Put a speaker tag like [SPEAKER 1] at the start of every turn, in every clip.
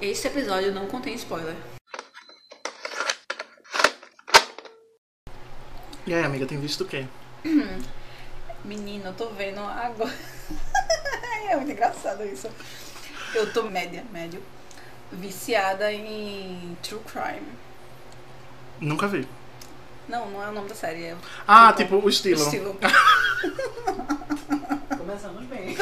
[SPEAKER 1] Este episódio não contém spoiler.
[SPEAKER 2] E aí, É, amiga, tem visto o quê?
[SPEAKER 1] Menino, eu tô vendo agora. é muito engraçado isso. Eu tô média, médio. Viciada em True Crime.
[SPEAKER 2] Nunca vi.
[SPEAKER 1] Não, não é o nome da série. É
[SPEAKER 2] Ah,
[SPEAKER 1] Então,
[SPEAKER 2] tipo, o estilo.
[SPEAKER 1] estilo.
[SPEAKER 3] Começamos bem.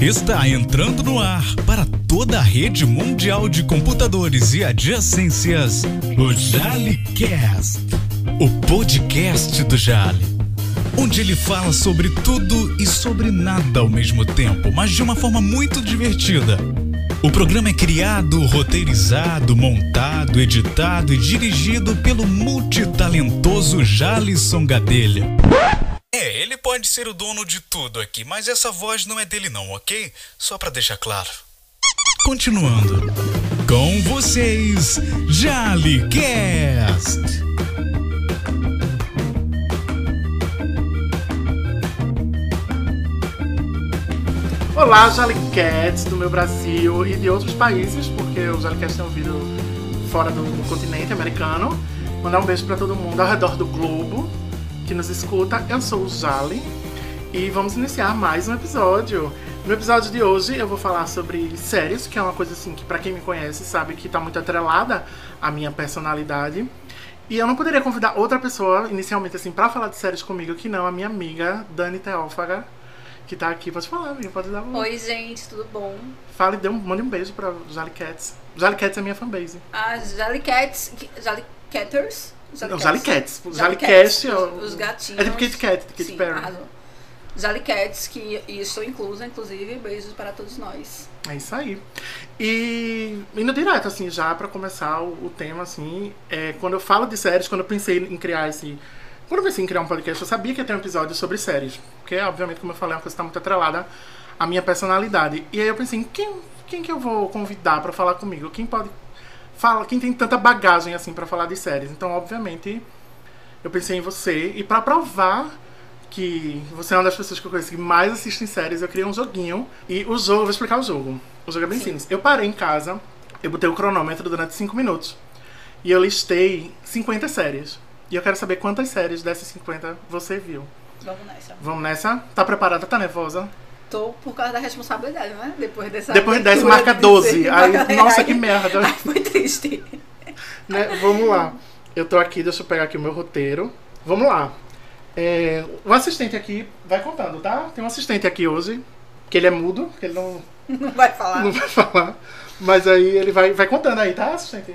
[SPEAKER 4] Está entrando no ar para toda a rede mundial de computadores e adjacências, o JaliCast, o podcast do Jali, onde ele fala sobre tudo e sobre nada ao mesmo tempo, mas de uma forma muito divertida. O programa é criado, roteirizado, montado, editado e dirigido pelo multitalentoso Jalisson Gadelha. É, ele pode ser o dono de tudo aqui, mas essa voz não é dele não, ok? Só pra deixar claro. Continuando. Com vocês, JaliCast.
[SPEAKER 2] Olá, Jalicats do meu Brasil e de outros países, porque o Jalicats tem ouvido fora do, do continente americano. Mandar um beijo pra todo mundo ao redor do globo que nos escuta. Eu sou o Jali e vamos iniciar mais um episódio. No episódio de hoje eu vou falar sobre séries, que é uma coisa assim que pra quem me conhece sabe que tá muito atrelada à minha personalidade. E eu não poderia convidar outra pessoa inicialmente assim pra falar de séries comigo que não a minha amiga Dani Teófaga. Que tá aqui, pode falar, amiga, pode dar um
[SPEAKER 1] Oi, gente, tudo bom?
[SPEAKER 2] Fala e dê um, mande um beijo pra Jalicats. Jalicats é minha fanbase.
[SPEAKER 1] As Jalicats. Jalicatters?
[SPEAKER 2] Não, Jalicats. O Jalicast é o...
[SPEAKER 1] Os os gatinhos.
[SPEAKER 2] É tipo Kit Kat, Kit
[SPEAKER 1] Sim,
[SPEAKER 2] Perry.
[SPEAKER 1] arrasou. Jalicats, que e estou inclusa, inclusive, beijos para todos nós.
[SPEAKER 2] É isso aí. E indo direto, assim, já pra começar o, o tema, assim, é, quando eu falo de séries, quando eu pensei em criar esse. Quando eu pensei em criar um podcast, eu sabia que ia ter um episódio sobre séries. Porque, obviamente, como eu falei, é uma coisa que tá muito atrelada à minha personalidade. E aí eu pensei, em quem, quem que eu vou convidar pra falar comigo? Quem pode. Fala, quem tem tanta bagagem, assim, pra falar de séries? Então, obviamente, eu pensei em você. E pra provar que você é uma das pessoas que eu conheço que mais assistem séries, eu criei um joguinho. E o jogo, eu vou explicar o jogo. O jogo é bem simples. Eu parei em casa, eu botei o cronômetro durante 5 minutos. E eu listei 50 séries. E eu quero saber quantas séries dessas 50 você viu.
[SPEAKER 1] Vamos nessa.
[SPEAKER 2] Vamos nessa? Tá preparada? Tá nervosa?
[SPEAKER 1] Tô por causa da responsabilidade, né? Depois dessa.
[SPEAKER 2] Depois de 10
[SPEAKER 1] aventura
[SPEAKER 2] marca
[SPEAKER 1] de
[SPEAKER 2] 12.
[SPEAKER 1] ser
[SPEAKER 2] Aí,
[SPEAKER 1] uma
[SPEAKER 2] nossa,
[SPEAKER 1] galera.
[SPEAKER 2] que merda.
[SPEAKER 1] Ai, foi triste.
[SPEAKER 2] Né, Vamos lá. Eu tô aqui, deixa eu pegar aqui o meu roteiro. Vamos lá. É, o assistente aqui vai contando, tá? Tem um assistente aqui hoje, que ele é mudo, que ele não,
[SPEAKER 1] Não vai falar.
[SPEAKER 2] não vai falar. Mas aí ele vai, vai contando aí, tá, assistente?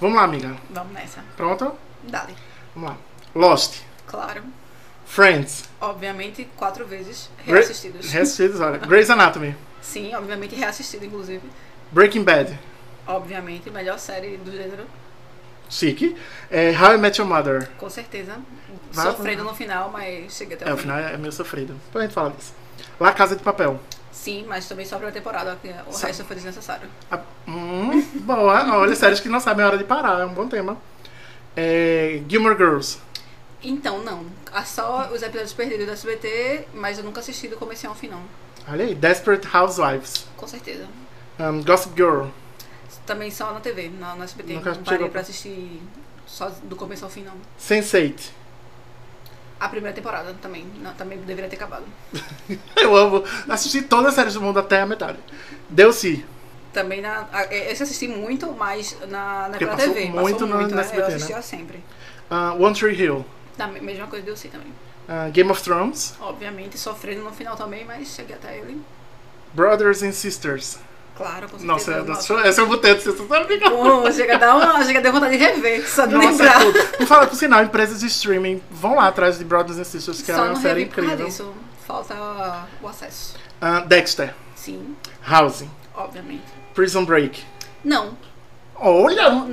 [SPEAKER 2] Vamos lá, amiga.
[SPEAKER 1] Vamos nessa.
[SPEAKER 2] Pronto?
[SPEAKER 1] Dale.
[SPEAKER 2] Vamos lá. Lost,
[SPEAKER 1] Claro.
[SPEAKER 2] Friends,
[SPEAKER 1] Obviamente, quatro vezes
[SPEAKER 2] Gra-
[SPEAKER 1] reassistidos.
[SPEAKER 2] Reassistidos, olha. Grey's Anatomy,
[SPEAKER 1] Sim, obviamente reassistido, inclusive.
[SPEAKER 2] Breaking Bad,
[SPEAKER 1] Obviamente, melhor série do gênero,
[SPEAKER 2] chique. É, How I Met Your Mother.
[SPEAKER 1] com certeza.
[SPEAKER 2] Vai
[SPEAKER 1] Sofrendo
[SPEAKER 2] lá.
[SPEAKER 1] no final, mas cheguei até
[SPEAKER 2] É,
[SPEAKER 1] o
[SPEAKER 2] o
[SPEAKER 1] fim.
[SPEAKER 2] final é meio sofrido. Depois a gente fala disso. La Casa de Papel.
[SPEAKER 1] Sim, mas também só pra temporada, porque o
[SPEAKER 2] Só-
[SPEAKER 1] resto foi desnecessário.
[SPEAKER 2] A- Hum, boa. Olha, séries que não sabem a hora de parar, é um bom tema. É, Gilmore Girls.
[SPEAKER 1] Então, não. Há Só os episódios perdidos do SBT, mas eu nunca assisti do começo ao fim, não.
[SPEAKER 2] Olha aí. Desperate Housewives.
[SPEAKER 1] Com certeza.
[SPEAKER 2] Um, Gossip Girl.
[SPEAKER 1] Também só na TV, na, no SBT.
[SPEAKER 2] Nunca
[SPEAKER 1] não
[SPEAKER 2] chegou
[SPEAKER 1] parei
[SPEAKER 2] pra-
[SPEAKER 1] pra assistir só do começo ao fim, não.
[SPEAKER 2] Sense8.
[SPEAKER 1] A primeira temporada também. não, também deveria ter acabado.
[SPEAKER 2] Eu amo. Assisti todas as séries do mundo até a metade. Deu-se.
[SPEAKER 1] Também na. a- é, Eu assisti muito, mas na, naquela
[SPEAKER 2] passou
[SPEAKER 1] TV.
[SPEAKER 2] muito
[SPEAKER 1] passou
[SPEAKER 2] no-
[SPEAKER 1] muito,
[SPEAKER 2] no
[SPEAKER 1] né?
[SPEAKER 2] SBT,
[SPEAKER 1] Eu
[SPEAKER 2] né?
[SPEAKER 1] assistia sempre.
[SPEAKER 2] Uh, One Tree Hill.
[SPEAKER 1] Da me- mesma coisa do UC também.
[SPEAKER 2] Uh, Game of Thrones.
[SPEAKER 1] Obviamente, sofrendo no final também, mas cheguei até ele.
[SPEAKER 2] Brothers and Sisters.
[SPEAKER 1] Claro, com certeza.
[SPEAKER 2] Nossa, é nossa, essa eu botei de Sisters.
[SPEAKER 1] Pô, chega a dar uma. Chega a dar vontade de rever, só de
[SPEAKER 2] Nossa,
[SPEAKER 1] lembrar.
[SPEAKER 2] é tudo. Por falar, por sinal, empresas de streaming vão lá atrás de Brothers and Sisters, que é
[SPEAKER 1] Só
[SPEAKER 2] uma
[SPEAKER 1] não
[SPEAKER 2] série
[SPEAKER 1] revi por causa
[SPEAKER 2] incrível.
[SPEAKER 1] disso. Falta o acesso.
[SPEAKER 2] Uh, Dexter,
[SPEAKER 1] Sim,
[SPEAKER 2] Housing,
[SPEAKER 1] obviamente.
[SPEAKER 2] Prison Break.
[SPEAKER 1] Não,
[SPEAKER 2] Olha!
[SPEAKER 1] não,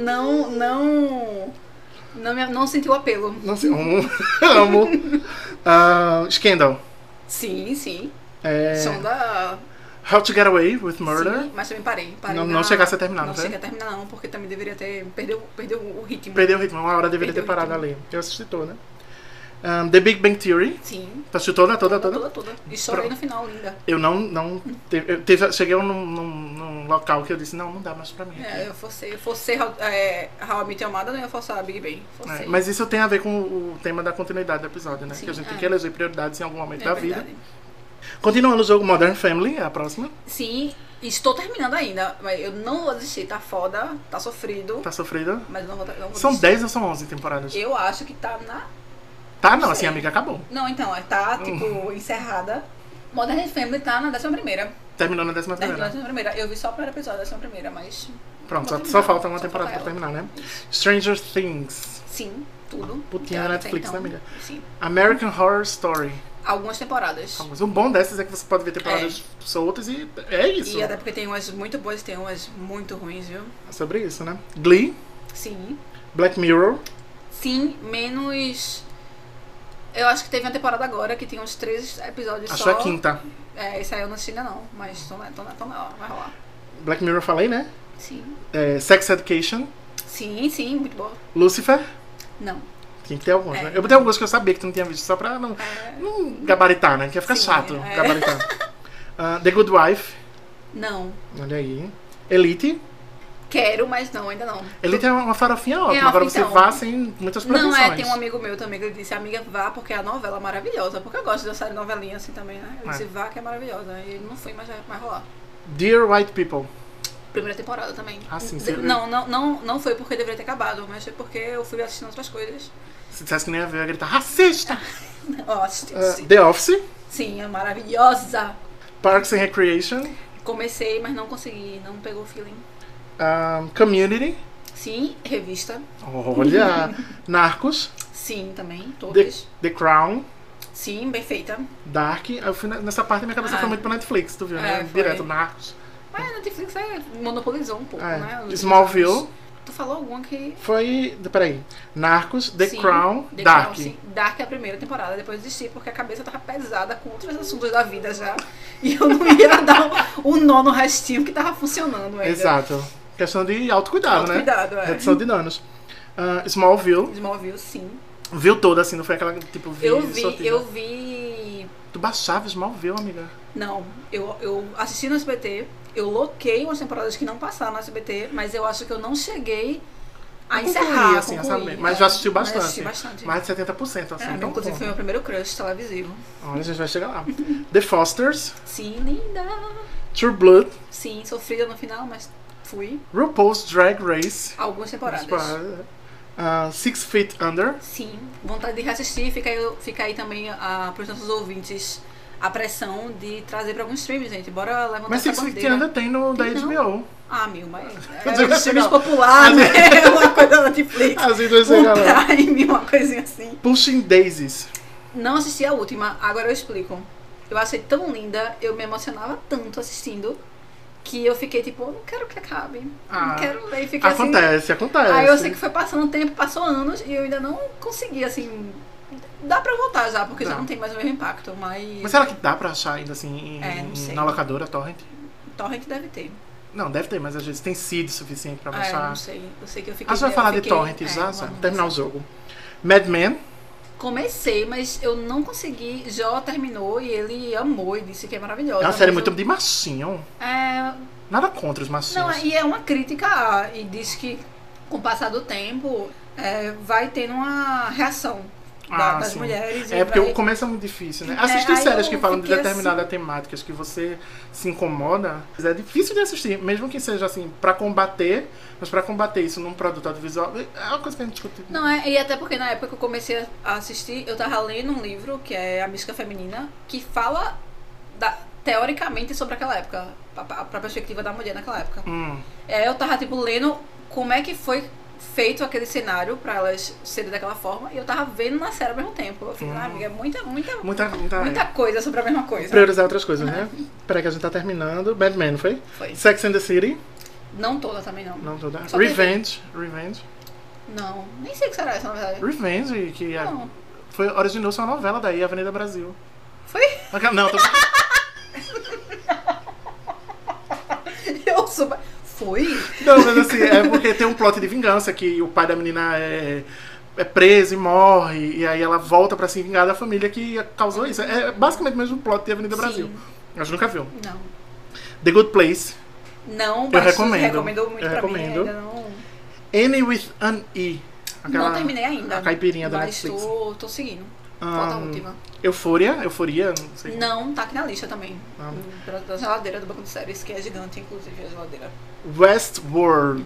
[SPEAKER 1] não. Não, me, não senti o apelo.
[SPEAKER 2] Não sei, amo. amo. Uh, Scandal.
[SPEAKER 1] Sim, sim.
[SPEAKER 2] É,
[SPEAKER 1] São da.
[SPEAKER 2] How to Get Away with Murder.
[SPEAKER 1] Sim, mas também parei. parei
[SPEAKER 2] Não-
[SPEAKER 1] na-
[SPEAKER 2] não chegasse a terminar,
[SPEAKER 1] Não
[SPEAKER 2] né?
[SPEAKER 1] cheguei a terminar, não, porque também deveria ter. Perdeu, perdeu o ritmo.
[SPEAKER 2] Perdeu o ritmo, uma hora deveria
[SPEAKER 1] Perdeu
[SPEAKER 2] ter
[SPEAKER 1] o
[SPEAKER 2] parado
[SPEAKER 1] ritmo.
[SPEAKER 2] ali. Eu assisti toda. Um, The Big Bang Theory.
[SPEAKER 1] Sim.
[SPEAKER 2] Tu assistiu toda, toda, toda?
[SPEAKER 1] Toda, toda. E chorei no final, linda.
[SPEAKER 2] tá, Eu não. não teve- eu teve- cheguei num, num- num local que eu disse: não, não dá mais pra mim.
[SPEAKER 1] É, eu forcei, eu forcei é, How I Met Your Mother, não ia forçar a Big Bang. Forcei.
[SPEAKER 2] É, mas isso tem a ver com o tema da continuidade do episódio, né?
[SPEAKER 1] Sim,
[SPEAKER 2] que a gente tem
[SPEAKER 1] é.
[SPEAKER 2] que eleger prioridades em algum momento
[SPEAKER 1] É
[SPEAKER 2] da
[SPEAKER 1] verdade.
[SPEAKER 2] vida. Continuando o jogo Modern Family, é a próxima.
[SPEAKER 1] Sim, estou terminando ainda, mas eu não vou desistir, tá foda, tá sofrido,
[SPEAKER 2] Tá sofrida?
[SPEAKER 1] mas eu não vou, não vou
[SPEAKER 2] São
[SPEAKER 1] desistir.
[SPEAKER 2] 10 ou são 11 temporadas?
[SPEAKER 1] Eu acho que tá na...
[SPEAKER 2] Tá, não, assim,
[SPEAKER 1] sei.
[SPEAKER 2] amiga, acabou.
[SPEAKER 1] Não, então, é, tá,
[SPEAKER 2] Hum.
[SPEAKER 1] tipo, encerrada. Modern Family tá na décima
[SPEAKER 2] É
[SPEAKER 1] primeira.
[SPEAKER 2] Terminou na décima
[SPEAKER 1] Terminou na
[SPEAKER 2] primeira.
[SPEAKER 1] décima primeira. Eu vi só o primeiro episódio da décima primeira, mas...
[SPEAKER 2] Pronto, só,
[SPEAKER 1] Vou
[SPEAKER 2] só
[SPEAKER 1] terminar.
[SPEAKER 2] falta uma
[SPEAKER 1] Só
[SPEAKER 2] temporada pra
[SPEAKER 1] falta
[SPEAKER 2] terminar, né?
[SPEAKER 1] ela. Isso.
[SPEAKER 2] Stranger Things.
[SPEAKER 1] Sim, tudo. Então,
[SPEAKER 2] Putinha
[SPEAKER 1] Até
[SPEAKER 2] Netflix, né, amiga?
[SPEAKER 1] Sim.
[SPEAKER 2] American Horror Story.
[SPEAKER 1] Algumas temporadas.
[SPEAKER 2] Mas o bom dessas é que você pode ver temporadas soltas e é isso.
[SPEAKER 1] E até porque tem umas muito boas e tem umas muito ruins, viu?
[SPEAKER 2] É sobre isso, né? Glee,
[SPEAKER 1] Sim.
[SPEAKER 2] Black Mirror.
[SPEAKER 1] Sim, menos. Eu acho que teve uma temporada agora que tinha uns três episódios
[SPEAKER 2] Acho é
[SPEAKER 1] só.
[SPEAKER 2] a quinta.
[SPEAKER 1] É, esse aí eu não assisti ainda não, mas tão lá, tão lá, tão lá, vai rolar.
[SPEAKER 2] Black Mirror eu falei, né?
[SPEAKER 1] Sim.
[SPEAKER 2] É, Sex Education,
[SPEAKER 1] Sim, sim, muito boa.
[SPEAKER 2] Lucifer.
[SPEAKER 1] Não.
[SPEAKER 2] Tinha que ter alguns,
[SPEAKER 1] É.
[SPEAKER 2] né? Eu botei alguns que eu sabia que tu não tinha visto, só pra não, não gabaritar, né? Que ia ficar
[SPEAKER 1] Sim,
[SPEAKER 2] chato
[SPEAKER 1] é.
[SPEAKER 2] gabaritar. Ah, The Good Wife,
[SPEAKER 1] Não.
[SPEAKER 2] olha aí. Elite.
[SPEAKER 1] Quero, mas não, ainda não.
[SPEAKER 2] Elite é uma farofinha ótima,
[SPEAKER 1] ó,
[SPEAKER 2] agora você
[SPEAKER 1] então.
[SPEAKER 2] vá sem muitas pretensões.
[SPEAKER 1] Não é, tem um amigo meu também que ele disse, amiga, vá, porque é a novela é maravilhosa. Porque eu gosto dessa novelinha assim também, né? Eu
[SPEAKER 2] É.
[SPEAKER 1] disse, vá, que é maravilhosa. E não fui, mas vai vai rolar.
[SPEAKER 2] Dear White People.
[SPEAKER 1] Primeira temporada também.
[SPEAKER 2] Ah, sim,
[SPEAKER 1] De-
[SPEAKER 2] você-
[SPEAKER 1] não, não, não, não foi porque deveria ter acabado, mas foi porque eu fui assistindo outras coisas.
[SPEAKER 2] Se dissesse que nem ia ver, eu ia gritar racista.
[SPEAKER 1] Ó, assisti,
[SPEAKER 2] Ah,
[SPEAKER 1] sim.
[SPEAKER 2] The Office,
[SPEAKER 1] Sim, é maravilhosa.
[SPEAKER 2] Parks and Recreation,
[SPEAKER 1] Comecei, mas não consegui, não pegou o feeling.
[SPEAKER 2] ah, Community.
[SPEAKER 1] Sim, revista.
[SPEAKER 2] Olha! Narcos,
[SPEAKER 1] Sim, também,
[SPEAKER 2] The,
[SPEAKER 1] todas.
[SPEAKER 2] The Crown,
[SPEAKER 1] Sim, bem feita.
[SPEAKER 2] Dark. Eu fui na- nessa parte minha cabeça
[SPEAKER 1] Ah.
[SPEAKER 2] foi muito pra Netflix, tu viu, né?
[SPEAKER 1] É, foi.
[SPEAKER 2] Direto, Narcos.
[SPEAKER 1] Mas a Netflix é, monopolizou um pouco,
[SPEAKER 2] É.
[SPEAKER 1] né? Os-
[SPEAKER 2] Smallville.
[SPEAKER 1] Tu falou alguma que.
[SPEAKER 2] Foi. Peraí. Narcos, The
[SPEAKER 1] Sim,
[SPEAKER 2] Crown,
[SPEAKER 1] The
[SPEAKER 2] Dark.
[SPEAKER 1] Crown, sim. Dark é a primeira temporada, depois desisti porque a cabeça tava pesada com outros assuntos da vida já. E eu não ia dar um, um nó no restinho que tava funcionando ainda.
[SPEAKER 2] Exato. Questão de autocuidado, né?
[SPEAKER 1] Autocuidado, é.
[SPEAKER 2] Redução de danos. Ah, Smallville.
[SPEAKER 1] Smallville, sim.
[SPEAKER 2] Viu toda, assim, não foi aquela tipo. Vi,
[SPEAKER 1] Eu vi,
[SPEAKER 2] sortida.
[SPEAKER 1] eu vi.
[SPEAKER 2] Tu baixava Smallville, amiga.
[SPEAKER 1] Não, eu, eu assisti no SBT, eu loquei umas temporadas que não passaram no SBT, mas eu acho que eu não cheguei a
[SPEAKER 2] Concluí,
[SPEAKER 1] encerrar.
[SPEAKER 2] assim,
[SPEAKER 1] concluir.
[SPEAKER 2] essa- Mas já assistiu bastante.
[SPEAKER 1] Mas assisti bastante.
[SPEAKER 2] Mais de 70%, assim.
[SPEAKER 1] É,
[SPEAKER 2] então,
[SPEAKER 1] inclusive
[SPEAKER 2] pô.
[SPEAKER 1] foi meu primeiro crush televisivo.
[SPEAKER 2] Olha, a gente vai chegar lá. The Fosters,
[SPEAKER 1] Sim, linda.
[SPEAKER 2] True Blood,
[SPEAKER 1] Sim, sofrida no final, mas fui.
[SPEAKER 2] RuPaul's Drag Race, Tipo,
[SPEAKER 1] Algumas temporadas.
[SPEAKER 2] ah, Six Feet Under,
[SPEAKER 1] Sim, vontade de reassistir. Fica aí, fica aí também para os nossos ouvintes a pressão de trazer para alguns streams, gente. Bora levantar
[SPEAKER 2] mas
[SPEAKER 1] essa
[SPEAKER 2] Six Feet
[SPEAKER 1] bandeira.
[SPEAKER 2] Under tem no da
[SPEAKER 1] Não.
[SPEAKER 2] HBO.
[SPEAKER 1] Ah, meu, mas
[SPEAKER 2] Eu
[SPEAKER 1] é
[SPEAKER 2] digo
[SPEAKER 1] um
[SPEAKER 2] assim,
[SPEAKER 1] filme
[SPEAKER 2] não.
[SPEAKER 1] popular, né? Uma coisa da Netflix.
[SPEAKER 2] As duas
[SPEAKER 1] Um
[SPEAKER 2] chegar lá.
[SPEAKER 1] Prime, uma coisinha assim.
[SPEAKER 2] Pushing Daisies.
[SPEAKER 1] Não assisti a última, agora eu explico. Eu achei tão linda, eu me emocionava tanto assistindo, que eu fiquei tipo, não quero que acabe.
[SPEAKER 2] Ah,
[SPEAKER 1] não quero ver. E fiquei
[SPEAKER 2] Acontece, acontece.
[SPEAKER 1] É assim. Aí eu sei que foi passando tempo, passou anos, e eu ainda não consegui, assim. Dá pra voltar já, porque já
[SPEAKER 2] Dá.
[SPEAKER 1] não tem mais o mesmo impacto, mas.
[SPEAKER 2] Mas será que dá pra achar ainda assim em-
[SPEAKER 1] É, não sei.
[SPEAKER 2] na locadora, torrent? é
[SPEAKER 1] Torrent deve ter.
[SPEAKER 2] Não, deve ter, mas às vezes tem seed suficiente pra
[SPEAKER 1] Ah, eu
[SPEAKER 2] baixar.
[SPEAKER 1] não sei. Eu sei que eu fiquei.
[SPEAKER 2] a gente vai
[SPEAKER 1] eu
[SPEAKER 2] falar de
[SPEAKER 1] fiquei-
[SPEAKER 2] torrent
[SPEAKER 1] é,
[SPEAKER 2] já,
[SPEAKER 1] vamos,
[SPEAKER 2] só
[SPEAKER 1] vamos.
[SPEAKER 2] terminar o jogo. Mad Men, é
[SPEAKER 1] Comecei, mas eu não consegui. Jó terminou e ele amou e disse que é maravilhosa.
[SPEAKER 2] é uma série
[SPEAKER 1] mas
[SPEAKER 2] muito
[SPEAKER 1] eu-
[SPEAKER 2] de machinho.
[SPEAKER 1] É,
[SPEAKER 2] Nada contra os machinhos.
[SPEAKER 1] não, e é uma crítica e diz que com o passar do tempo é, vai tendo uma reação da-
[SPEAKER 2] Ah,
[SPEAKER 1] das
[SPEAKER 2] sim.
[SPEAKER 1] mulheres. e
[SPEAKER 2] É, porque
[SPEAKER 1] vai-
[SPEAKER 2] o começo é muito difícil, né?
[SPEAKER 1] É,
[SPEAKER 2] Assistir
[SPEAKER 1] aí
[SPEAKER 2] séries
[SPEAKER 1] eu
[SPEAKER 2] que falam de
[SPEAKER 1] fiquei assim.
[SPEAKER 2] determinadas temáticas que você se incomoda, é difícil de assistir, mesmo que seja assim, pra combater, mas pra combater isso num produto audiovisual, é uma coisa que a gente discute.
[SPEAKER 1] Não, é, e até porque na época que eu comecei a assistir, eu tava lendo um livro, que é A Mística Feminina, que fala da- teoricamente sobre aquela época, a, a, pra perspectiva da mulher naquela época.
[SPEAKER 2] Hum,
[SPEAKER 1] É, eu tava, tipo, lendo como é que foi feito aquele cenário pra elas serem daquela forma, e eu tava vendo na série ao mesmo tempo. Eu falei,
[SPEAKER 2] Hum.
[SPEAKER 1] ah, amiga, é muita, muita,
[SPEAKER 2] muita, muita,
[SPEAKER 1] muita coisa sobre a mesma coisa.
[SPEAKER 2] Priorizar outras coisas, né? Peraí que a gente tá terminando. Bad Men, foi?
[SPEAKER 1] Foi.
[SPEAKER 2] Sex and the City.
[SPEAKER 1] Não toda também, não.
[SPEAKER 2] Não, tô da...
[SPEAKER 1] Só
[SPEAKER 2] Revenge. Revenge.
[SPEAKER 1] Não, nem sei o que será essa, na verdade.
[SPEAKER 2] Revenge, que é-
[SPEAKER 1] Não.
[SPEAKER 2] foi, originou-se uma novela daí, Avenida Brasil.
[SPEAKER 1] Foi?
[SPEAKER 2] Aquela- Não, tô...
[SPEAKER 1] Eu super... Foi?
[SPEAKER 2] Não, mas assim, é porque tem um plot de vingança que o pai da menina é é preso e morre, e aí ela volta pra se vingar da família que causou isso. É basicamente o mesmo plot de Avenida
[SPEAKER 1] Sim.
[SPEAKER 2] Brasil. Mas nunca viu.
[SPEAKER 1] Não.
[SPEAKER 2] The Good Place.
[SPEAKER 1] Não, mas
[SPEAKER 2] recomendo.
[SPEAKER 1] recomendou muito
[SPEAKER 2] Eu
[SPEAKER 1] pra
[SPEAKER 2] recomendo.
[SPEAKER 1] mim. Ainda não,
[SPEAKER 2] Any with an E. Aquela-
[SPEAKER 1] não terminei ainda.
[SPEAKER 2] A caipirinha da
[SPEAKER 1] mas
[SPEAKER 2] Netflix. Ah,
[SPEAKER 1] tô, tô seguindo. Falta a
[SPEAKER 2] Ahn,
[SPEAKER 1] última.
[SPEAKER 2] Euforia? Euforia? Não sei.
[SPEAKER 1] Não, tá aqui na lista também.
[SPEAKER 2] Ah.
[SPEAKER 1] Da- Da geladeira do banco de séries, que é gigante, inclusive, a geladeira.
[SPEAKER 2] Westworld.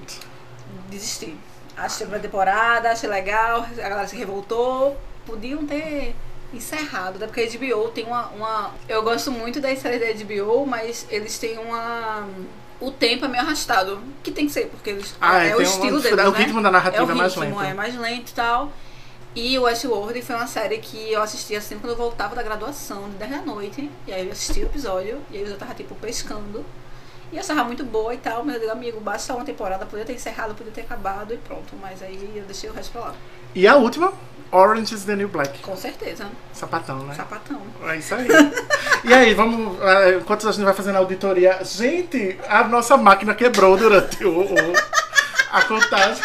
[SPEAKER 1] Desisti. Achei a primeira temporada, achei legal, a galera se revoltou. Podiam ter encerrado, até porque a HBO tem uma, uma- Eu gosto muito das séries da HBO, mas eles têm uma. O tempo é meio arrastado. Que tem que ser, porque eles.
[SPEAKER 2] Ah,
[SPEAKER 1] é
[SPEAKER 2] tem
[SPEAKER 1] o
[SPEAKER 2] um-
[SPEAKER 1] estilo
[SPEAKER 2] é
[SPEAKER 1] deles.
[SPEAKER 2] o
[SPEAKER 1] né?
[SPEAKER 2] ritmo da narrativa
[SPEAKER 1] é o ritmo,
[SPEAKER 2] é mais lento.
[SPEAKER 1] É mais lento e tal. E o Westworld foi uma série que eu assistia sempre quando eu voltava da graduação, de 10 da noite. E aí eu assistia o episódio, e aí eu já tava, tipo, pescando. E eu achava muito boa e tal, mas eu digo, amigo, basta uma temporada, podia ter encerrado, podia ter acabado e pronto. Mas aí eu deixei o resto pra lá.
[SPEAKER 2] E a última, Orange is the New Black.
[SPEAKER 1] Com certeza.
[SPEAKER 2] Sapatão, né?
[SPEAKER 1] Sapatão.
[SPEAKER 2] É isso aí. e aí, vamos. ah, Enquanto a gente vai fazendo a auditoria. Gente, a nossa máquina quebrou durante o, o- a contagem.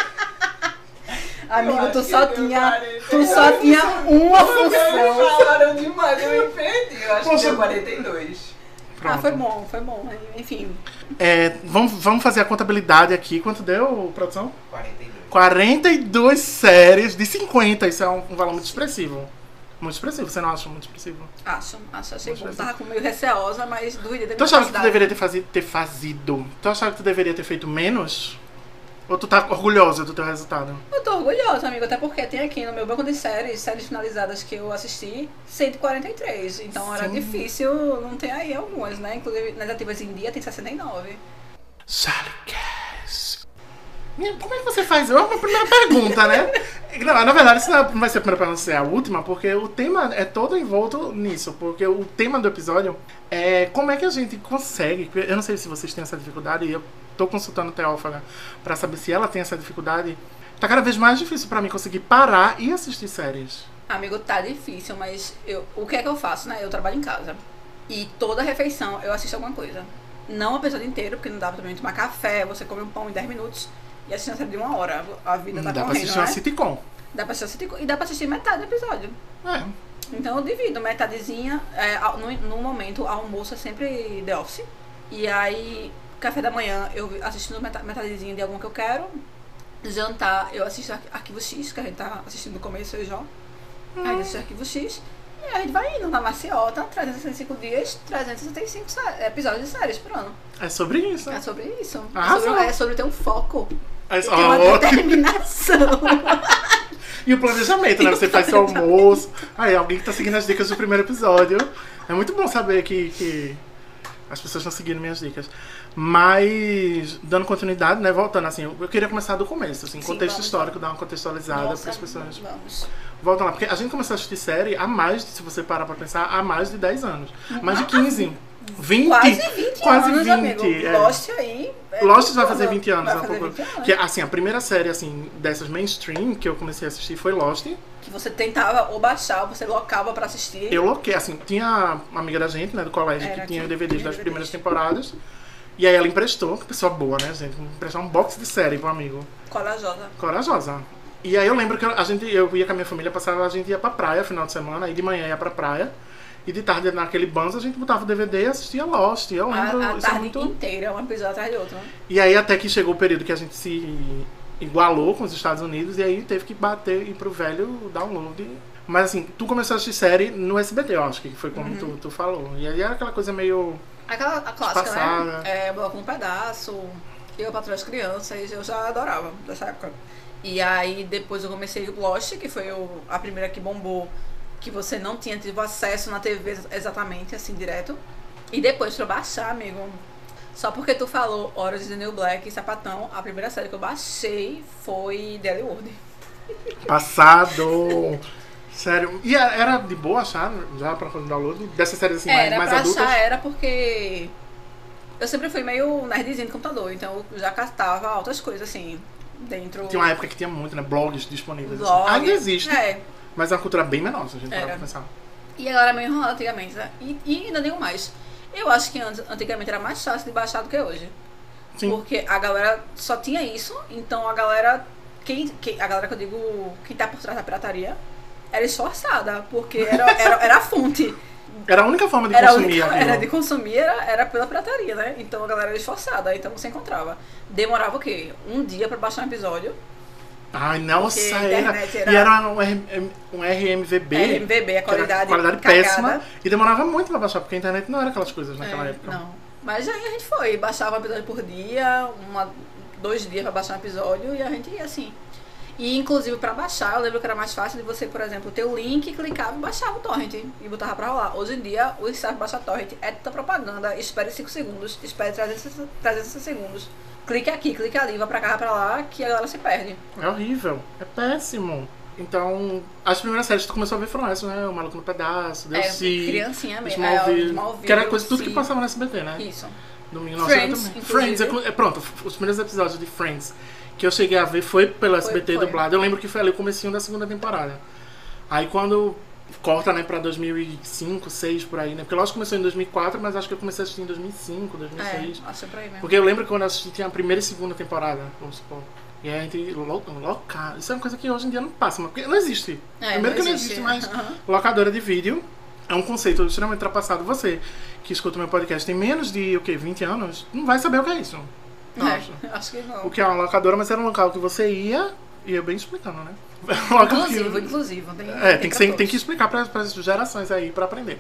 [SPEAKER 1] Amigo, tu
[SPEAKER 3] acho
[SPEAKER 1] só
[SPEAKER 3] que eu
[SPEAKER 1] tinha.
[SPEAKER 3] parei.
[SPEAKER 1] Tu só tinha uma
[SPEAKER 3] Vocês
[SPEAKER 1] função.
[SPEAKER 3] falaram demais, eu me perdi. Eu acho que
[SPEAKER 2] Poxa.
[SPEAKER 3] deu 42.
[SPEAKER 1] Ah,
[SPEAKER 2] Pronto.
[SPEAKER 1] foi bom, foi bom. Enfim.
[SPEAKER 2] É, vamos, vamos fazer a contabilidade aqui. Quanto deu, produção?
[SPEAKER 3] 42.
[SPEAKER 2] 42 séries de 50. Isso é um, um valor muito expressivo. Muito expressivo, você não acha muito expressivo?
[SPEAKER 1] Acho, acho, achei
[SPEAKER 2] Vamos
[SPEAKER 1] bom.
[SPEAKER 2] fazer.
[SPEAKER 1] Tava com meio receosa, mas duvidei da
[SPEAKER 2] Tu
[SPEAKER 1] minha
[SPEAKER 2] achava que tu
[SPEAKER 1] capacidade.
[SPEAKER 2] deveria ter, fazi ter fazido? Tu achava que tu deveria ter feito menos? Ou tu tá orgulhosa do teu resultado?
[SPEAKER 1] Eu tô orgulhosa, amigo, até porque tem aqui no meu banco de séries, séries finalizadas que eu assisti, 143. Então era
[SPEAKER 2] Sim.
[SPEAKER 1] difícil não ter aí algumas, né? Inclusive nas ativas em dia tem 69.
[SPEAKER 2] Charles. Como é que você faz? É uma primeira pergunta, né? Não, na verdade, isso não vai ser a primeira pergunta, isso é a última, porque o tema é todo envolto nisso. Porque o tema do episódio é como é que a gente consegue. Eu não sei se vocês têm essa dificuldade, e eu tô consultando a Teófaga pra saber se ela tem essa dificuldade. Tá cada vez mais difícil pra mim conseguir parar e assistir séries.
[SPEAKER 1] Amigo, tá difícil, mas eu, o que é que eu faço, né? Eu trabalho em casa. E toda refeição eu assisto alguma coisa. Não a pessoa inteira, porque não dá pra também tomar café, você come um pão em 10 minutos e assiste uma série de uma hora. A vida
[SPEAKER 2] Não
[SPEAKER 1] tá
[SPEAKER 2] Hum, dá pra
[SPEAKER 1] correndo,
[SPEAKER 2] assistir uma
[SPEAKER 1] né?
[SPEAKER 2] sitcom.
[SPEAKER 1] Dá pra assistir e dá pra assistir metade do episódio.
[SPEAKER 2] É.
[SPEAKER 1] Então eu divido metadezinha. é, ao- no, no momento, almoço é sempre The Office. E aí, café da manhã, eu assistindo meta- metadezinha de alguma que eu quero. Jantar, eu assisto Ar- Arquivo X, que a gente tá assistindo no começo, eu e Jó. Aí assisto Arquivo X. E aí a gente vai indo na maciota, 365 dias, 365 sé- episódios de séries por ano.
[SPEAKER 2] É sobre isso.
[SPEAKER 1] É sobre isso. É
[SPEAKER 2] Arrasou.
[SPEAKER 1] sobre, é sobre ter um foco.
[SPEAKER 2] É
[SPEAKER 1] Ter uma
[SPEAKER 2] ó,
[SPEAKER 1] determinação.
[SPEAKER 2] E o planejamento, né? Você faz seu almoço. Aí, alguém que tá seguindo as dicas do primeiro episódio. É muito bom saber que, que as pessoas estão seguindo minhas dicas. Mas, dando continuidade, né? Voltando, assim, eu eu queria começar do começo, assim,
[SPEAKER 1] Sim,
[SPEAKER 2] contexto
[SPEAKER 1] vamos. é
[SPEAKER 2] histórico, dar uma contextualizada para as pessoas.
[SPEAKER 1] Vamos.
[SPEAKER 2] Voltam lá, porque a gente começou a assistir série há mais, se você parar pra pensar, há mais de 10 anos. Mais de 15. 20.
[SPEAKER 1] Quase 20
[SPEAKER 2] Quase
[SPEAKER 1] anos, né,
[SPEAKER 2] 20,
[SPEAKER 1] amigo.
[SPEAKER 2] é.
[SPEAKER 1] Lost aí. é
[SPEAKER 2] Lost
[SPEAKER 1] tudo,
[SPEAKER 2] vai fazer
[SPEAKER 1] né?
[SPEAKER 2] 20 anos
[SPEAKER 1] Vai
[SPEAKER 2] há
[SPEAKER 1] fazer
[SPEAKER 2] pouco.
[SPEAKER 1] 20 anos.
[SPEAKER 2] Que, assim, a primeira série, assim, dessas mainstream que eu comecei a assistir foi Lost.
[SPEAKER 1] Que você tentava ou baixar, você locava pra assistir.
[SPEAKER 2] Eu loquei, assim, tinha uma amiga da gente, né, do colégio,
[SPEAKER 1] Era
[SPEAKER 2] que tinha
[SPEAKER 1] aqui,
[SPEAKER 2] o DVDs
[SPEAKER 1] tinha
[SPEAKER 2] das
[SPEAKER 1] DVDs.
[SPEAKER 2] primeiras temporadas. E aí ela emprestou, que pessoa boa, né, gente? Emprestou um box de série pro amigo.
[SPEAKER 1] Corajosa.
[SPEAKER 2] Corajosa. E aí eu lembro que a gente, eu ia com a minha família, passava, a gente ia pra praia final de semana, aí de manhã ia pra praia. E de tarde, naquele banzo, a gente botava o DVD e assistia Lost. Eu
[SPEAKER 1] A,
[SPEAKER 2] lembro.
[SPEAKER 1] a
[SPEAKER 2] isso é
[SPEAKER 1] tarde
[SPEAKER 2] muito-
[SPEAKER 1] inteira, um episódio atrás de outro. né?
[SPEAKER 2] E aí até que chegou o período que a gente se igualou com os Estados Unidos e aí teve que bater e ir pro velho download. Mas assim, tu começou a assistir série no SBT, eu acho que foi
[SPEAKER 1] Uhum.
[SPEAKER 2] como tu, tu falou. E aí era aquela coisa meio.
[SPEAKER 1] Aquela a clássica,
[SPEAKER 2] Passada.
[SPEAKER 1] né? É, Bloco um pedaço, eu patrulho as crianças, eu já adorava dessa época. E aí depois eu comecei o Lost, que foi o- a primeira que bombou, que você não tinha tido acesso na TV exatamente, assim, direto. E depois pra eu baixar, amigo. Só porque tu falou Horas de New Black e Sapatão, a primeira série que eu baixei foi Daily World.
[SPEAKER 2] Passado! Sério. E era- era de boa achar, já pra fazer download, dessas séries assim mais,
[SPEAKER 1] Era,
[SPEAKER 2] mais
[SPEAKER 1] pra
[SPEAKER 2] adultas.
[SPEAKER 1] achar era porque eu sempre fui meio nerdzinho de computador, então eu já catava outras coisas assim dentro.
[SPEAKER 2] Tinha uma época que tinha muito, né? Blogs disponíveis. assim.
[SPEAKER 1] blog.
[SPEAKER 2] Ainda existe,
[SPEAKER 1] É.
[SPEAKER 2] mas é uma cultura bem menor, se a gente parar pra
[SPEAKER 1] Era.
[SPEAKER 2] pensar.
[SPEAKER 1] E ela era meio enrolada antigamente, né? E, e ainda digo mais. Eu acho que antes- antigamente era mais fácil de baixar do que hoje.
[SPEAKER 2] Sim.
[SPEAKER 1] Porque a galera só tinha isso, então a galera quem, quem- a galera que eu digo, quem tá por trás da pirataria, era esforçada, porque era, era, era a fonte.
[SPEAKER 2] Era a única forma de
[SPEAKER 1] Era, a
[SPEAKER 2] consumir
[SPEAKER 1] única-
[SPEAKER 2] aquilo.
[SPEAKER 1] era de consumir, era, era pela pirataria, né? Então a galera era esforçada, então você encontrava. Demorava o quê? Um dia pra baixar um episódio.
[SPEAKER 2] Ai, nossa,
[SPEAKER 1] Porque a
[SPEAKER 2] era.
[SPEAKER 1] internet
[SPEAKER 2] E
[SPEAKER 1] era-
[SPEAKER 2] era um, RM, um RMVB.
[SPEAKER 1] RMVB, a
[SPEAKER 2] que era
[SPEAKER 1] é qualidade
[SPEAKER 2] qualidade
[SPEAKER 1] cagada.
[SPEAKER 2] péssima. E demorava muito pra baixar, porque a internet não era aquelas coisas naquela
[SPEAKER 1] É,
[SPEAKER 2] época.
[SPEAKER 1] Não. Mas aí a gente foi, baixava um episódio por dia, uma, dois dias pra baixar um episódio e a gente ia assim. E inclusive pra baixar, eu lembro que era mais fácil de você, por exemplo, ter o link, clicava e baixava o torrent e botava pra rolar. Hoje em dia, o site baixa torrent é tanta propaganda, espere 5 segundos, espere 300, 300 segundos. Clique aqui, clique ali, vai pra cá, vai pra lá, que a galera se perde.
[SPEAKER 2] É horrível. É péssimo. Então, as primeiras séries que tu começou a ver foram essas, né? O Maluco no Pedaço, Deus
[SPEAKER 1] é,
[SPEAKER 2] Se,
[SPEAKER 1] criancinha mesmo. É,
[SPEAKER 2] Smallville,
[SPEAKER 1] Smallville,
[SPEAKER 2] Que era coisa tudo que
[SPEAKER 1] Sim.
[SPEAKER 2] passava no SBT, né?
[SPEAKER 1] Isso.
[SPEAKER 2] Domingo
[SPEAKER 1] Friends,
[SPEAKER 2] 1990.
[SPEAKER 1] inclusive.
[SPEAKER 2] Friends, é, clu- é pronto, f- os primeiros episódios de Friends que eu cheguei a ver foi pelo SBT
[SPEAKER 1] foi.
[SPEAKER 2] dublado. Eu lembro que foi ali o comecinho da segunda temporada. Aí quando corta, né, pra 2005, 2006, por aí, né? Porque lógico que começou em 2004, mas acho que eu comecei a assistir em 2005, 2006.
[SPEAKER 1] É, acho pra aí mesmo.
[SPEAKER 2] Porque eu lembro que quando eu assisti tinha a primeira e segunda temporada, vamos supor. E aí a gente lo- loca... Isso é uma coisa que hoje em dia não passa, mas porque não existe.
[SPEAKER 1] É,
[SPEAKER 2] Primeiro que não existe mais
[SPEAKER 1] Aham.
[SPEAKER 2] locadora de vídeo. É um conceito extremamente ultrapassado. Você que escuta o meu podcast tem menos de o quê, 20 anos, não vai saber o que é isso. Nossa.
[SPEAKER 1] É, acho que não.
[SPEAKER 2] O que é uma locadora, mas era um local que você ia, e eu bem explicando, né? Um local que-
[SPEAKER 1] Inclusivo, inclusivo. Tem,
[SPEAKER 2] é, tem que,
[SPEAKER 1] pra
[SPEAKER 2] ser- tem
[SPEAKER 1] todos.
[SPEAKER 2] que explicar para as gerações aí para aprender.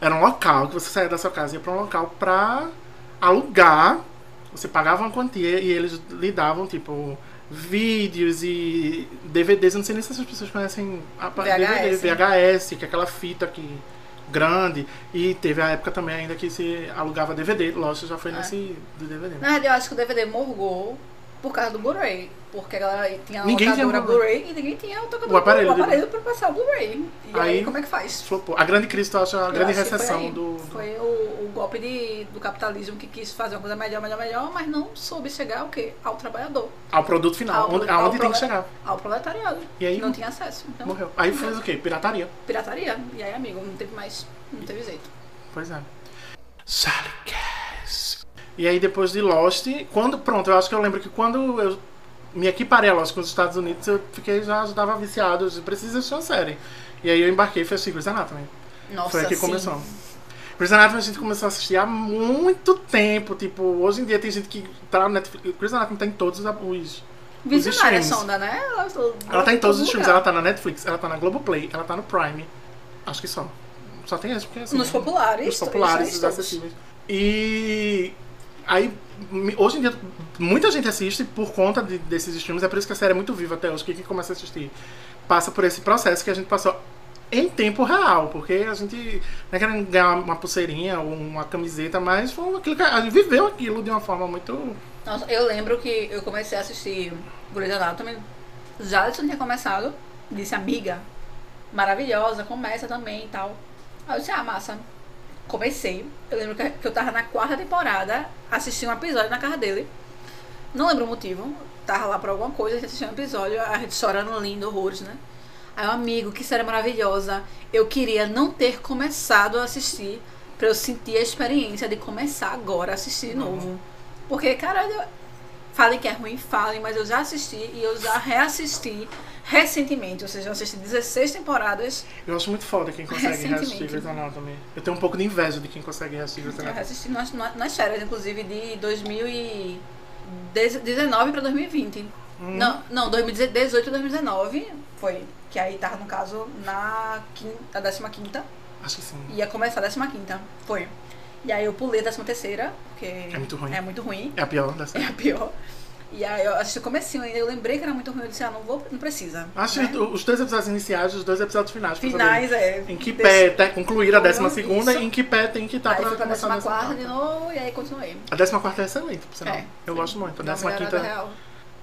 [SPEAKER 2] Era um local que você saía da sua casa e ia para um local para alugar. Você pagava uma quantia e eles lhe davam, tipo, vídeos e DVDs. Eu não sei nem se as pessoas conhecem a pa-
[SPEAKER 1] VHS,
[SPEAKER 2] DVD, VHS, que é aquela fita que grande. E teve a época também ainda que se alugava DVD. Lógico, já foi
[SPEAKER 1] É.
[SPEAKER 2] nesse do DVD.
[SPEAKER 1] Na verdade, eu acho que o DVD morgou por causa do Blu-ray. Porque a galera tinha a
[SPEAKER 2] Ninguém tinha
[SPEAKER 1] locadora
[SPEAKER 2] Blu-ray.
[SPEAKER 1] Blu-ray e ninguém tinha o tocador
[SPEAKER 2] O aparelho
[SPEAKER 1] o aparelho pra passar o Blu-ray. E aí,
[SPEAKER 2] Aí-
[SPEAKER 1] como é que faz?
[SPEAKER 2] Flopou. A grande crise, eu acho, a
[SPEAKER 1] Eu
[SPEAKER 2] grande
[SPEAKER 1] acho que foi
[SPEAKER 2] recessão
[SPEAKER 1] aí.
[SPEAKER 2] do, do-
[SPEAKER 1] Foi o, o golpe de- do capitalismo que quis fazer uma coisa melhor, melhor, melhor, mas não soube chegar ao quê? Ao trabalhador,
[SPEAKER 2] ao produto final,
[SPEAKER 1] Ao-
[SPEAKER 2] onde,
[SPEAKER 1] ao
[SPEAKER 2] aonde tem que
[SPEAKER 1] prole-
[SPEAKER 2] chegar.
[SPEAKER 1] ao proletariado.
[SPEAKER 2] E aí
[SPEAKER 1] não tinha acesso. Então,
[SPEAKER 2] morreu. Aí fez o quê? Pirataria.
[SPEAKER 1] pirataria. E aí, amigo, não teve mais. Não teve jeito.
[SPEAKER 2] Pois é. Salicast. E aí depois de Lost, quando pronto, eu acho que eu lembro que quando eu me equiparei a Lost com os Estados Unidos, eu fiquei já estava viciado, eu disse, preciso assistir uma série. E aí eu embarquei e fui assistir Grey's Anatomy.
[SPEAKER 1] Nossa,
[SPEAKER 2] Foi aí que
[SPEAKER 1] sim.
[SPEAKER 2] começou. Grey's Anatomy a gente começou a assistir há muito tempo, tipo, hoje em dia tem gente que tá no Netflix, Grey's Anatomy tá em todos os- os
[SPEAKER 1] Visionária
[SPEAKER 2] streams.
[SPEAKER 1] sonda, né? Ela,
[SPEAKER 2] Ela tá em todos os
[SPEAKER 1] lugar.
[SPEAKER 2] filmes. Ela tá na Netflix, ela tá na Globoplay, ela tá no Prime. Acho que só. Só tem esse, porque assim,
[SPEAKER 1] Nos populares.
[SPEAKER 2] Nos populares,
[SPEAKER 1] isso,
[SPEAKER 2] os
[SPEAKER 1] isso.
[SPEAKER 2] acessíveis. é E aí, me- hoje em dia, muita gente assiste por conta de- desses filmes. É por isso que a série é muito viva até hoje. que Quem começa a assistir passa por esse processo que a gente passou em tempo real. Porque a gente não é querendo ganhar uma pulseirinha ou uma camiseta, mas foi aquilo que a gente viveu aquilo de uma forma muito...
[SPEAKER 1] Nossa, eu lembro que eu comecei a assistir Grey's Anatomy. Jalisson tinha começado, disse amiga, maravilhosa, começa também e tal. Aí eu disse, ah, massa. Comecei. Eu lembro que que eu tava na quarta temporada, assisti um episódio na casa dele. Não lembro o motivo. Tava lá por alguma coisa, a gente assistiu um episódio, a gente chorando lindo, horrores, né? Aí um amigo, que série maravilhosa. Eu queria não ter começado a assistir pra eu sentir a experiência de começar agora a assistir de novo. Porque, caralho, falem que é ruim, falem, mas eu já assisti e eu já reassisti recentemente. Ou seja, eu assisti 16 temporadas
[SPEAKER 2] Eu acho muito foda quem consegue
[SPEAKER 1] Recentemente.
[SPEAKER 2] reassistir Grey's Anatomy. Eu tenho um pouco de inveja de quem consegue reassistir Grey's
[SPEAKER 1] Eu
[SPEAKER 2] Anatomy.
[SPEAKER 1] assisti nas, na- nas férias, inclusive, de 2019 para 2020.
[SPEAKER 2] Uhum.
[SPEAKER 1] Não, não, 2018 e 2019 foi. Que aí tava, no caso, na quinta, a 15
[SPEAKER 2] Acho que sim.
[SPEAKER 1] Ia começar a 15 Foi. E aí eu pulei a 13 porque é
[SPEAKER 2] muito ruim.
[SPEAKER 1] É muito ruim.
[SPEAKER 2] É a pior da série.
[SPEAKER 1] É a pior. E aí eu assisti o comecinho ainda, eu lembrei que era muito ruim, eu disse, ah, não vou, não precisa.
[SPEAKER 2] Acho
[SPEAKER 1] né?
[SPEAKER 2] que os dois episódios iniciais e os dois episódios finais. pra
[SPEAKER 1] Finais, é.
[SPEAKER 2] Em que
[SPEAKER 1] desse-
[SPEAKER 2] pé até concluir a décima segunda
[SPEAKER 1] Isso.
[SPEAKER 2] e em que pé tem que estar
[SPEAKER 1] Aí
[SPEAKER 2] pra
[SPEAKER 1] fui pra
[SPEAKER 2] começar a
[SPEAKER 1] 14
[SPEAKER 2] décima
[SPEAKER 1] quarta de
[SPEAKER 2] quarta.
[SPEAKER 1] novo, e aí continuei.
[SPEAKER 2] A décima quarta é excelente, por sinal.
[SPEAKER 1] É.
[SPEAKER 2] Eu gosto muito. A
[SPEAKER 1] Dá uma
[SPEAKER 2] décima
[SPEAKER 1] melhorada
[SPEAKER 2] quinta...
[SPEAKER 1] real.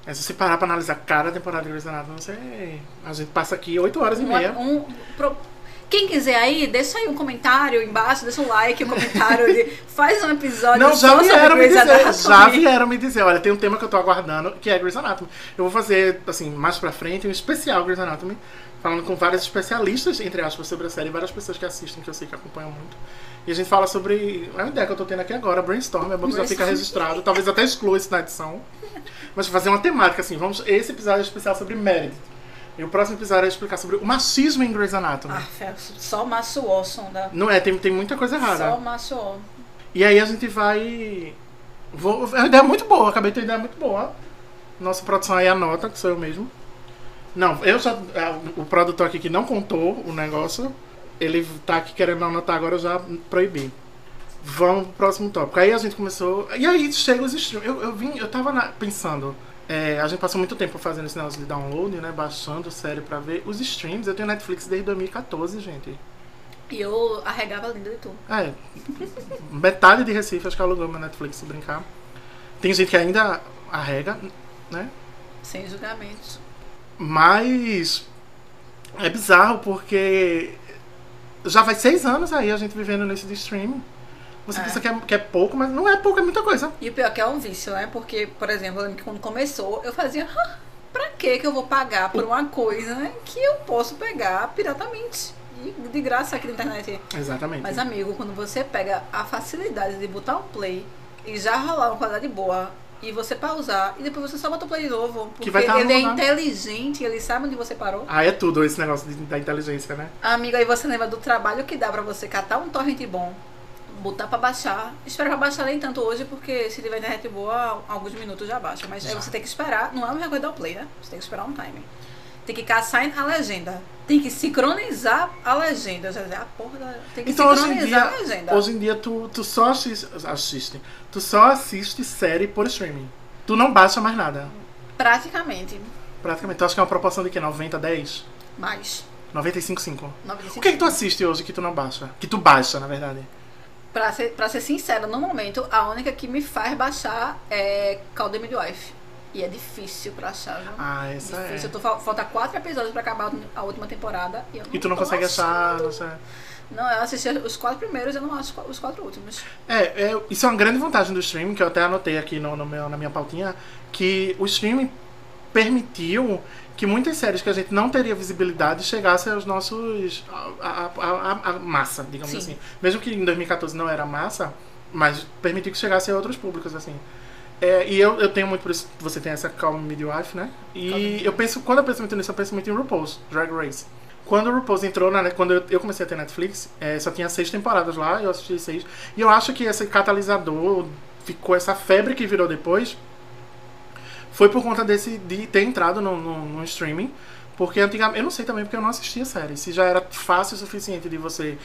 [SPEAKER 2] É, se você parar pra analisar cada temporada de Grey's Anatomy, você... A gente passa aqui oito horas e
[SPEAKER 1] Uma-
[SPEAKER 2] meia.
[SPEAKER 1] um- pro- Quem quiser aí, deixa aí um comentário embaixo, deixa um like, um comentário de faz um episódio.
[SPEAKER 2] Não, já
[SPEAKER 1] só sobre
[SPEAKER 2] vieram me
[SPEAKER 1] Grey's
[SPEAKER 2] dizer.
[SPEAKER 1] Anatomy.
[SPEAKER 2] Já vieram me dizer. Olha, tem um tema que eu tô aguardando, que é Grey's Anatomy. Eu vou fazer, assim, mais pra frente, um especial Grey's Anatomy, falando com vários especialistas, entre aspas, sobre a série, várias pessoas que assistem, que eu sei que acompanham muito. E a gente fala sobre. É uma ideia que eu tô tendo aqui agora, brainstorm, é bom que já fica
[SPEAKER 1] Brainstorm.
[SPEAKER 2] registrado. Talvez até exclua isso na edição. Mas fazer uma temática assim, vamos. Esse episódio é especial sobre Meredith. E o próximo episódio é explicar sobre o machismo em Grey's Anatomy.
[SPEAKER 1] Ah, fé, só Márcio Orson, né?
[SPEAKER 2] Não é, tem, tem muita coisa errada.
[SPEAKER 1] Só Márcio Orson.
[SPEAKER 2] E aí a gente vai. Vou... É uma ideia muito boa, acabei de ter uma ideia muito boa. Nossa produção aí anota, que sou eu mesmo. Não, eu já. ah, O produtor aqui que não contou o negócio, ele tá aqui querendo anotar agora, eu já proibi. Vamos pro próximo tópico. Aí a gente começou. E aí chega os streams. Eu, eu vim, eu tava na- pensando. é, a gente passou muito tempo fazendo esse negócio de download, né? Baixando série pra ver. Os streams, eu tenho Netflix desde 2014, gente.
[SPEAKER 1] E eu arregava a linda de tu.
[SPEAKER 2] É. Metade de Recife acho que alugou meu Netflix se brincar. Tem gente que ainda arrega, né?
[SPEAKER 1] Sem julgamentos.
[SPEAKER 2] Mas é bizarro porque já vai seis anos aí a gente vivendo nesse de streaming. Você
[SPEAKER 1] É.
[SPEAKER 2] pensa que é, que é pouco, mas não é pouco, é muita coisa.
[SPEAKER 1] E o pior é que é um vício, né? Porque, por exemplo, eu lembro que quando começou, eu fazia. "Ah, Pra que que eu vou pagar por uma coisa né, que eu posso pegar piratamente? E de graça aqui na internet.
[SPEAKER 2] Exatamente.
[SPEAKER 1] Mas, amigo, quando você pega a facilidade de botar um play e já rolar uma qualidade boa e você pausar e depois você só bota o play de novo, porque
[SPEAKER 2] Que vai tá
[SPEAKER 1] ele é
[SPEAKER 2] rolando.
[SPEAKER 1] inteligente, ele sabe onde você parou.
[SPEAKER 2] Ah, é tudo esse negócio de- da inteligência, né?
[SPEAKER 1] Amigo, aí você lembra do trabalho que dá pra você catar um torrent bom, botar pra baixar. Espero pra baixar nem tanto hoje, porque se tiver internet boa, alguns minutos já baixa. Mas aí
[SPEAKER 2] Já.
[SPEAKER 1] você tem que esperar, não é um recorde dar o play, né? Você tem que esperar um time. Tem que caçar a legenda. Tem que sincronizar a legenda. Já a "Ah, porra da... Tem que
[SPEAKER 2] Então hoje em
[SPEAKER 1] sincronizar né,
[SPEAKER 2] dia,
[SPEAKER 1] a legenda.
[SPEAKER 2] hoje em dia tu, tu só assiste, assiste, tu só assiste série por streaming. Tu não baixa mais nada.
[SPEAKER 1] Praticamente.
[SPEAKER 2] Praticamente. Tu acha que é uma proporção de quê? 90, 10?
[SPEAKER 1] Mas.
[SPEAKER 2] 95, 5.
[SPEAKER 1] 95.
[SPEAKER 2] O que é que tu assiste hoje que tu não baixa? Que tu baixa, na verdade.
[SPEAKER 1] Pra ser, pra ser sincera, no momento, a única que me faz baixar é Call the Midwife. E é difícil pra achar, viu?
[SPEAKER 2] Ah, essa é.
[SPEAKER 1] difícil. Eu tô, fal- falta quatro episódios pra acabar a última temporada. E, eu
[SPEAKER 2] E tu não
[SPEAKER 1] tô
[SPEAKER 2] consegue achar.
[SPEAKER 1] achando.
[SPEAKER 2] Não sei.
[SPEAKER 1] Não, eu assisti os quatro primeiros, eu não acho os quatro últimos.
[SPEAKER 2] É, é, isso é uma grande vantagem do streaming, que eu até anotei aqui no, no meu- na minha pautinha, que o streaming permitiu que muitas séries que a gente não teria visibilidade chegassem aos nossos. a, a- a- a massa, digamos
[SPEAKER 1] Sim.
[SPEAKER 2] assim. Mesmo que em 2014 não era massa, mas permitiu que chegasse a outros públicos, assim. É, e eu, eu tenho muito por isso, você tem essa Calm Midwife, né? E eu penso, quando eu penso muito nisso, eu penso muito em RuPaul's Drag Race. Quando o RuPaul's entrou, na, quando eu, eu comecei a ter Netflix, é, só tinha seis temporadas lá, eu assisti seis. E eu acho que esse catalisador, ficou essa febre que virou depois, foi por conta desse de ter entrado no, no- no streaming. Porque antigamente, eu não sei também porque eu não assistia série. Se já era fácil o suficiente de você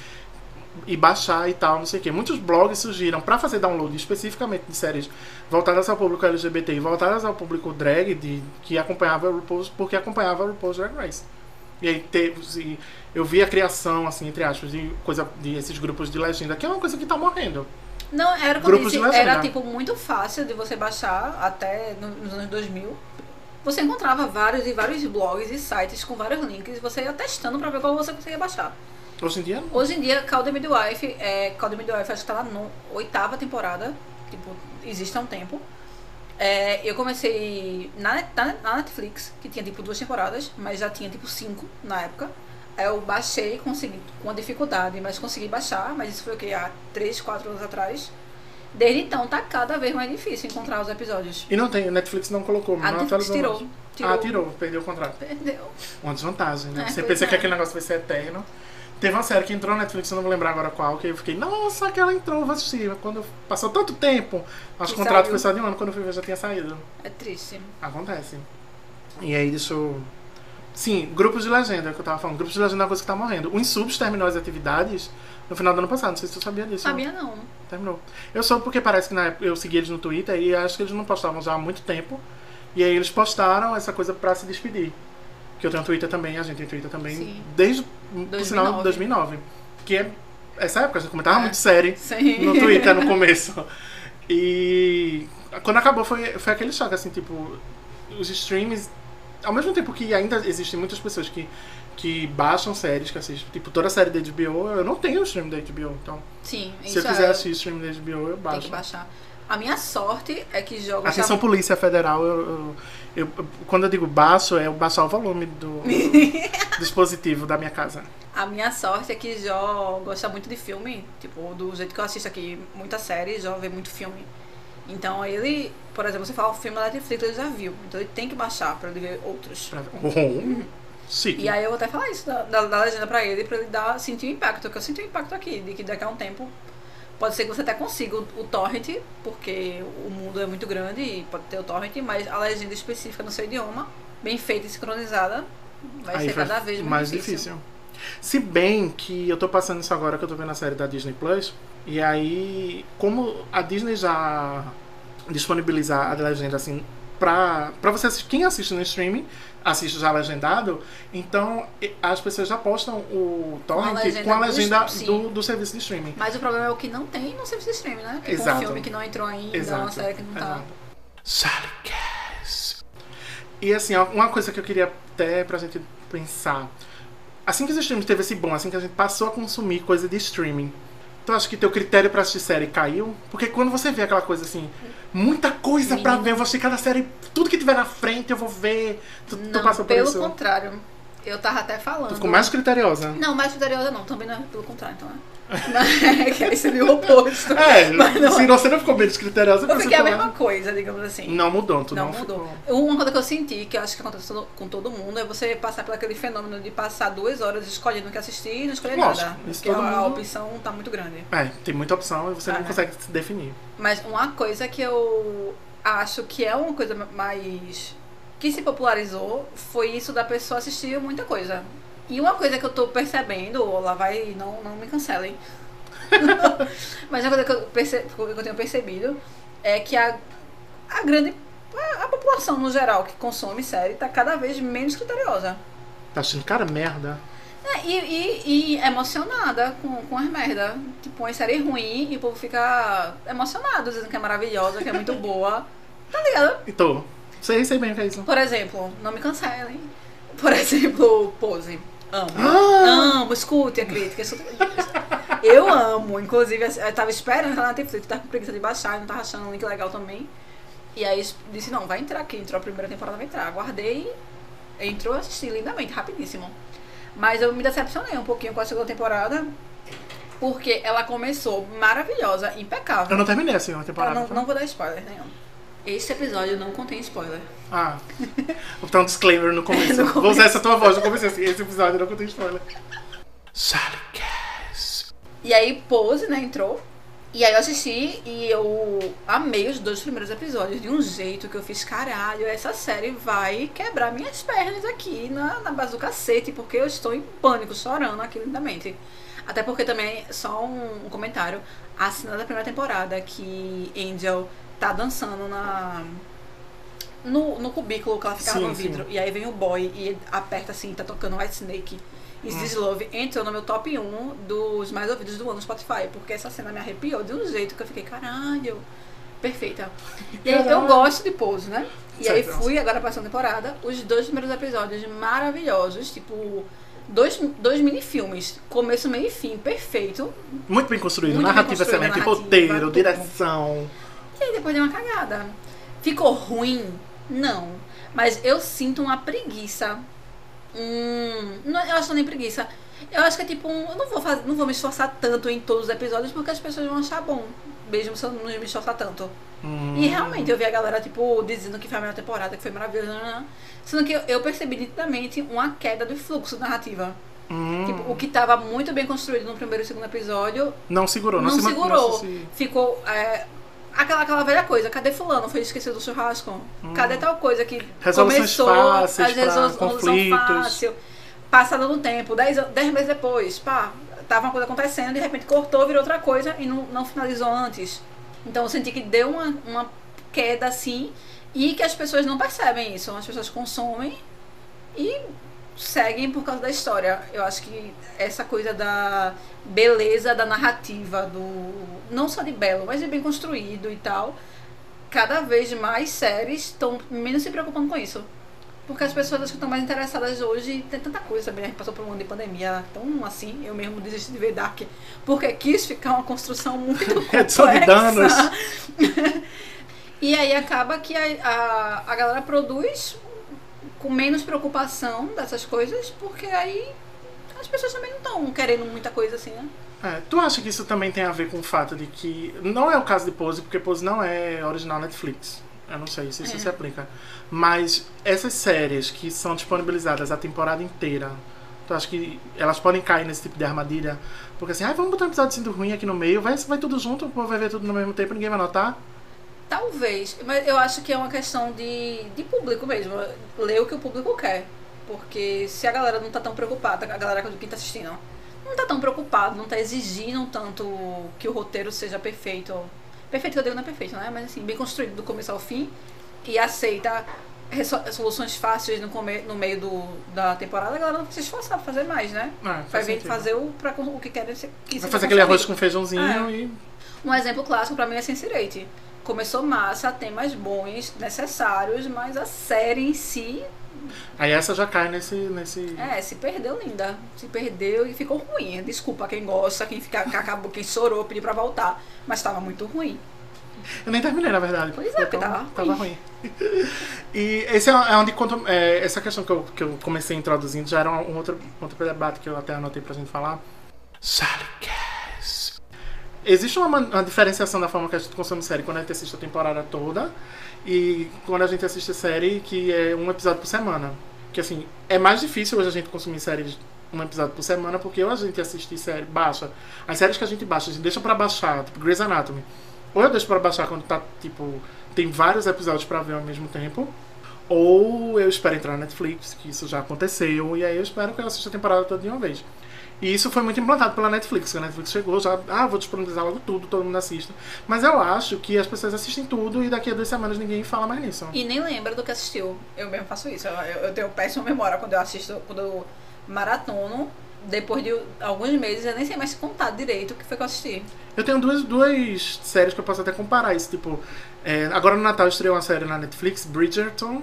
[SPEAKER 2] ir baixar e tal, não sei o quê. Muitos blogs surgiram pra fazer download especificamente de séries voltadas ao público LGBT e voltadas ao público drag de, que acompanhava o RuPaul's, porque acompanhava o RuPaul's Drag Race. E aí teve, e eu vi a criação, assim, entre aspas, de coisa de esses grupos de legenda, que é uma coisa que tá morrendo.
[SPEAKER 1] Não, era como eu
[SPEAKER 2] Grupos de
[SPEAKER 1] disse,
[SPEAKER 2] legenda.
[SPEAKER 1] era tipo muito fácil de você baixar até no- nos anos 2000. Você encontrava vários e vários blogs e sites com vários links e você ia testando pra ver qual você conseguia baixar.
[SPEAKER 2] Hoje em dia,
[SPEAKER 1] Hoje em dia, Call the Midwife, é, Call the Midwife acho que tá na no- oitava temporada, tipo, existe há um tempo. É, eu comecei na, Net- na- na Netflix, que tinha tipo duas temporadas, mas já tinha tipo cinco na época. Aí eu baixei, consegui, com dificuldade, mas consegui baixar, mas isso foi o que? Há três, quatro anos atrás. Desde então tá cada vez mais difícil encontrar os episódios.
[SPEAKER 2] E não tem, o Netflix não colocou,
[SPEAKER 1] A
[SPEAKER 2] não
[SPEAKER 1] Netflix
[SPEAKER 2] atualizou
[SPEAKER 1] tirou.
[SPEAKER 2] mais. Ah, tirou, perdeu o contrato.
[SPEAKER 1] Perdeu.
[SPEAKER 2] Uma desvantagem, né?
[SPEAKER 1] É,
[SPEAKER 2] Você
[SPEAKER 1] pois
[SPEAKER 2] pensa que
[SPEAKER 1] é.
[SPEAKER 2] aquele negócio vai ser eterno. Teve uma série que entrou na Netflix, eu não vou lembrar agora qual, que eu fiquei, nossa, aquela entrou, vou assistir. Mas Quando eu- passou tanto tempo, acho que o
[SPEAKER 1] Que
[SPEAKER 2] contrato
[SPEAKER 1] saiu.
[SPEAKER 2] foi só de um ano, quando eu fui ver já tinha saído.
[SPEAKER 1] É triste.
[SPEAKER 2] Acontece. E aí deixa eu... Sim, grupos de legenda, é o que eu tava falando. Grupos de legenda é uma coisa que tá morrendo. O Insubs terminou as atividades no final do ano passado, não sei se tu sabia disso.
[SPEAKER 1] Sabia não.
[SPEAKER 2] Terminou. Eu soube porque parece que na época eu segui eles no Twitter e acho que eles não postavam já há muito tempo. E aí eles postaram essa coisa pra se despedir. Que eu tenho Twitter também, a gente tem Twitter também.
[SPEAKER 1] Sim.
[SPEAKER 2] Desde, por sinal,
[SPEAKER 1] 2009.
[SPEAKER 2] 2009. Que é essa época, a gente comentava
[SPEAKER 1] É.
[SPEAKER 2] muito série
[SPEAKER 1] Sim.
[SPEAKER 2] no Twitter no começo. E quando acabou foi, foi aquele choque, assim, tipo, os streams, ao mesmo tempo que ainda existem muitas pessoas que, que baixam séries, que assistem, tipo, toda série da HBO, eu não tenho o stream da HBO, então
[SPEAKER 1] Sim, isso
[SPEAKER 2] se eu quiser
[SPEAKER 1] é.
[SPEAKER 2] assistir stream da HBO, eu
[SPEAKER 1] Tem que
[SPEAKER 2] baixo.
[SPEAKER 1] baixar. A minha sorte é que jogos.
[SPEAKER 2] Atenção
[SPEAKER 1] da-
[SPEAKER 2] Polícia Federal, eu, eu- eu- eu- quando eu digo baixo, é eu baixar o volume do, do dispositivo da minha casa.
[SPEAKER 1] A minha sorte é que Jó gosta muito de filme. Tipo, do jeito que eu assisto aqui, muita série, Jó vê muito filme. Então ele por exemplo, você fala um filme na Netflix, ele já viu. Então ele tem que baixar pra ele ver outros.
[SPEAKER 2] Pra... Oh, chique.
[SPEAKER 1] E aí eu vou até falar isso da, da, da legenda pra ele, pra ele dar, sentir o impacto, porque eu senti o impacto aqui, de que daqui a um tempo pode ser que você até consiga o, o torrent, porque o mundo é muito grande e pode ter o torrent, mas a legenda específica no seu idioma, bem feita e sincronizada, vai
[SPEAKER 2] Aí
[SPEAKER 1] ser
[SPEAKER 2] vai
[SPEAKER 1] cada vez
[SPEAKER 2] mais difícil. Se bem que eu tô passando isso agora que eu tô vendo a série da Disney Plus, e aí, como a Disney já disponibilizar a legenda assim pra, pra você assistir, quem assiste no streaming, assiste já legendado, então e- as pessoas já postam o torrent
[SPEAKER 1] legenda
[SPEAKER 2] com a
[SPEAKER 1] do
[SPEAKER 2] legenda
[SPEAKER 1] stream-
[SPEAKER 2] do, do serviço de streaming.
[SPEAKER 1] Mas o problema é o que não tem no serviço de streaming, né? Que
[SPEAKER 2] Exato.
[SPEAKER 1] Com um filme que não entrou ainda, uma série que não tá.
[SPEAKER 2] exato. É. Sally Cass. E assim, ó, uma coisa que eu queria até pra gente pensar. Assim que os streams teve esse bom, assim que a gente passou a consumir coisa de streaming, tu acha que teu critério pra assistir série caiu? Porque quando você vê aquela coisa assim, muita coisa pra
[SPEAKER 1] Menino.
[SPEAKER 2] ver, eu vou assistir cada série, tudo que tiver na frente eu vou ver. Tu, tu
[SPEAKER 1] Não,
[SPEAKER 2] passou por
[SPEAKER 1] pelo
[SPEAKER 2] isso?
[SPEAKER 1] contrário. Eu tava até falando.
[SPEAKER 2] Tu ficou mais criteriosa.
[SPEAKER 1] Não, mais vitoriosa não, também não é pelo contrário, então é. Mas- que aí seria o oposto.
[SPEAKER 2] É,
[SPEAKER 1] Mas não-
[SPEAKER 2] se você não ficou menos criteriosa,
[SPEAKER 1] Eu
[SPEAKER 2] você
[SPEAKER 1] fiquei a
[SPEAKER 2] ficou-
[SPEAKER 1] mesma coisa, digamos assim.
[SPEAKER 2] Não mudou, tu não,
[SPEAKER 1] Não mudou.
[SPEAKER 2] ficou.
[SPEAKER 1] Uma coisa que eu senti, que eu acho que acontece todo- com todo mundo, é você passar por aquele fenômeno de passar duas horas escolhendo o que assistir e não escolher
[SPEAKER 2] Lógico,
[SPEAKER 1] nada.
[SPEAKER 2] isso
[SPEAKER 1] Porque a,
[SPEAKER 2] todo
[SPEAKER 1] a
[SPEAKER 2] mundo-
[SPEAKER 1] opção tá muito grande.
[SPEAKER 2] É, tem muita opção e você
[SPEAKER 1] Ah,
[SPEAKER 2] não
[SPEAKER 1] é.
[SPEAKER 2] consegue se definir.
[SPEAKER 1] Mas uma coisa que eu acho que é uma coisa mais. que se popularizou foi isso da pessoa assistir muita coisa. E uma coisa que eu tô percebendo, lá vai, não, não me cancelem. Mas uma coisa que eu, perce, que eu tenho percebido é que a, a grande. A, a população no geral que consome série tá cada vez menos criteriosa.
[SPEAKER 2] Tá achando, cara, merda.
[SPEAKER 1] É, e, e- e emocionada com, com as merda. Tipo, uma série ruim e o povo fica emocionado, dizendo que é maravilhosa, que é muito boa. Tá ligado?
[SPEAKER 2] Então, sei, sei bem o que é isso.
[SPEAKER 1] Por exemplo, não me cancelem. Por exemplo, Pose. Amo.
[SPEAKER 2] Ah,
[SPEAKER 1] Amo, escute a crítica. escute a crítica. Eu amo, inclusive, assim, eu tava esperando ela na Netflix, tava com preguiça de baixar, não tava achando um link legal também. E aí disse, não, vai entrar aqui, entrou a primeira temporada, vai entrar. Aguardei, entrou, assisti lindamente, rapidíssimo. Mas eu me decepcionei um pouquinho com a segunda temporada, porque ela começou maravilhosa, impecável.
[SPEAKER 2] eu não terminei a segunda
[SPEAKER 1] Pra
[SPEAKER 2] temporada.
[SPEAKER 1] Ah, não,
[SPEAKER 2] tá?
[SPEAKER 1] não vou dar spoiler nenhum. Este episódio não contém spoiler.
[SPEAKER 2] Ah, vou botar um disclaimer no começo.
[SPEAKER 1] No
[SPEAKER 2] Vou
[SPEAKER 1] começo.
[SPEAKER 2] usar essa tua voz no começo. Assim, esse episódio não contém spoiler. Sally Cass.
[SPEAKER 1] E aí Pose, né, entrou. E aí eu assisti e eu amei os dois primeiros episódios de um jeito que eu fiz, caralho, essa série vai quebrar minhas pernas aqui na, na base do cacete, porque eu estou em pânico, chorando aqui lindamente. Até porque também, só um, um comentário, a cena da primeira temporada que Angel tá dançando na... No, no cubículo que ela ficava
[SPEAKER 2] Sim,
[SPEAKER 1] no
[SPEAKER 2] sim.
[SPEAKER 1] vidro. E aí vem o boy e ele aperta assim, tá tocando White Snake. Is
[SPEAKER 2] Hum.
[SPEAKER 1] This Love entrou no meu top 1 dos mais ouvidos do ano no Spotify, porque essa cena me arrepiou de um jeito que eu fiquei, caralho, perfeita. E aí, eu
[SPEAKER 2] Caralho.
[SPEAKER 1] gosto de pouso, né? E aí
[SPEAKER 2] Certo.
[SPEAKER 1] fui agora pra essa temporada, os dois primeiros episódios maravilhosos, tipo, dois, dois minifilmes, começo, meio e fim, perfeito.
[SPEAKER 2] Muito bem construído.
[SPEAKER 1] Muito bem
[SPEAKER 2] narrativa
[SPEAKER 1] construído,
[SPEAKER 2] excelente.
[SPEAKER 1] narrativa,
[SPEAKER 2] roteiro,
[SPEAKER 1] tudo.
[SPEAKER 2] direção.
[SPEAKER 1] E aí depois deu uma cagada. Ficou ruim? Não. Mas eu sinto uma preguiça. Hum, não, eu acho nem preguiça. Eu acho que é tipo um. Eu não vou, fazer, não vou me esforçar tanto em todos os episódios porque as pessoas vão achar bom. Mesmo se eu não me esforçar tanto.
[SPEAKER 2] Hum,
[SPEAKER 1] E realmente eu vi a galera, tipo, dizendo que foi a melhor temporada, que foi maravilhosa. né, né, né. Sendo que eu- eu percebi nitidamente uma queda do fluxo da narrativa.
[SPEAKER 2] hum,
[SPEAKER 1] Tipo, o que tava muito bem construído no primeiro e segundo episódio
[SPEAKER 2] não segurou. Não,
[SPEAKER 1] não
[SPEAKER 2] se ma-
[SPEAKER 1] segurou.
[SPEAKER 2] Não se...
[SPEAKER 1] Ficou é, aquela, aquela velha coisa. Cadê fulano? Foi esquecido do churrasco. Cadê tal coisa que
[SPEAKER 2] Resoluções
[SPEAKER 1] começou?
[SPEAKER 2] fáceis
[SPEAKER 1] as
[SPEAKER 2] pra
[SPEAKER 1] resoluções
[SPEAKER 2] conflitos.
[SPEAKER 1] fácil. Passado no tempo, dez, an- dez meses depois, pá, tava uma coisa acontecendo, de repente cortou, virou outra coisa e não, não finalizou antes. Então eu senti que deu uma, uma queda assim e que as pessoas não percebem isso. As pessoas consomem e seguem por causa da história. Eu acho que essa coisa da beleza da narrativa, do não só de belo, mas de bem construído e tal, cada vez mais séries estão menos se preocupando com isso. Porque as pessoas acho que estão mais interessadas hoje, tem tanta coisa também, a gente passou por um ano de pandemia, tão assim, eu mesmo desisti de ver Dark, porque quis ficar uma construção muito
[SPEAKER 2] Redução de
[SPEAKER 1] complexa.
[SPEAKER 2] danos.
[SPEAKER 1] e aí acaba que a, a, a galera produz com menos preocupação dessas coisas, porque aí as pessoas também não estão querendo muita coisa assim, né?
[SPEAKER 2] É, tu acha que isso também tem a ver com o fato de que. Não é o caso de Pose, porque Pose não é original Netflix. Eu não sei se isso se aplica. Mas essas séries que são disponibilizadas a temporada inteira, tu acha que elas podem cair nesse tipo de armadilha? Porque assim, ah, vamos botar um episódio assim do ruim aqui no meio, vai, vai tudo junto, o povo vai ver tudo no mesmo tempo, ninguém vai notar.
[SPEAKER 1] Talvez, mas eu acho que é uma questão de, de público mesmo. Ler o que o público quer. Porque se a galera não tá tão preocupada, a galera que tá assistindo, não tá tão preocupada, não tá exigindo tanto que o roteiro seja perfeito. Perfeito que eu digo não é perfeito, né? Mas assim, bem construído do começo ao fim e aceita reso- soluções fáceis no, come, no meio do, da temporada, a galera não precisa se esforçar pra fazer mais, né?
[SPEAKER 2] Ah, faz
[SPEAKER 1] Vai vir
[SPEAKER 2] sentido.
[SPEAKER 1] fazer o, pra, o que querem ser. que
[SPEAKER 2] Vai
[SPEAKER 1] seja
[SPEAKER 2] fazer aquele arroz
[SPEAKER 1] construído.
[SPEAKER 2] com feijãozinho
[SPEAKER 1] É.
[SPEAKER 2] e.
[SPEAKER 1] Um exemplo clássico pra mim é Sense eight Começou massa, temas bons, necessários, mas a série em si,
[SPEAKER 2] Aí essa já cai nesse. nesse...
[SPEAKER 1] é, se perdeu linda. Se perdeu e ficou ruim. Desculpa quem gosta, quem fica, que acabou, quem chorou, pediu pra voltar. Mas tava muito ruim.
[SPEAKER 2] Eu nem terminei, na verdade.
[SPEAKER 1] Pois é, porque
[SPEAKER 2] Então,
[SPEAKER 1] tava
[SPEAKER 2] tava ruim. e esse é é onde conta. é, essa questão que eu, que eu comecei introduzindo já era um outro, outro debate que eu até anotei pra gente falar. Salicast. Existe uma, man- uma diferenciação da forma que a gente consome série quando a gente assiste a temporada toda e quando a gente assiste série que é um episódio por semana. Que assim, é mais difícil hoje a gente consumir séries um episódio por semana porque ou a gente assiste série baixa. As séries que a gente baixa, a gente deixa pra baixar, tipo Grey's Anatomy. Ou eu deixo pra baixar quando tá, tipo, tem vários episódios pra ver ao mesmo tempo. Ou eu espero entrar na Netflix, que isso já aconteceu, e aí eu espero que eu assista a temporada toda de uma vez. E isso foi muito implantado pela Netflix. A Netflix chegou, já, ah, vou disponibilizar logo tudo, todo mundo assista. Mas eu acho que as pessoas assistem tudo e daqui a duas semanas ninguém fala mais nisso.
[SPEAKER 1] E nem lembra do que assistiu. Eu mesmo faço isso. Eu, eu tenho péssima memória quando eu assisto, quando eu maratono. Depois de alguns meses, eu nem sei mais contar direito o que foi que eu assisti.
[SPEAKER 2] Eu tenho duas, duas séries que eu posso até comparar isso. Tipo, é, agora no Natal estreou uma série na Netflix, Bridgerton.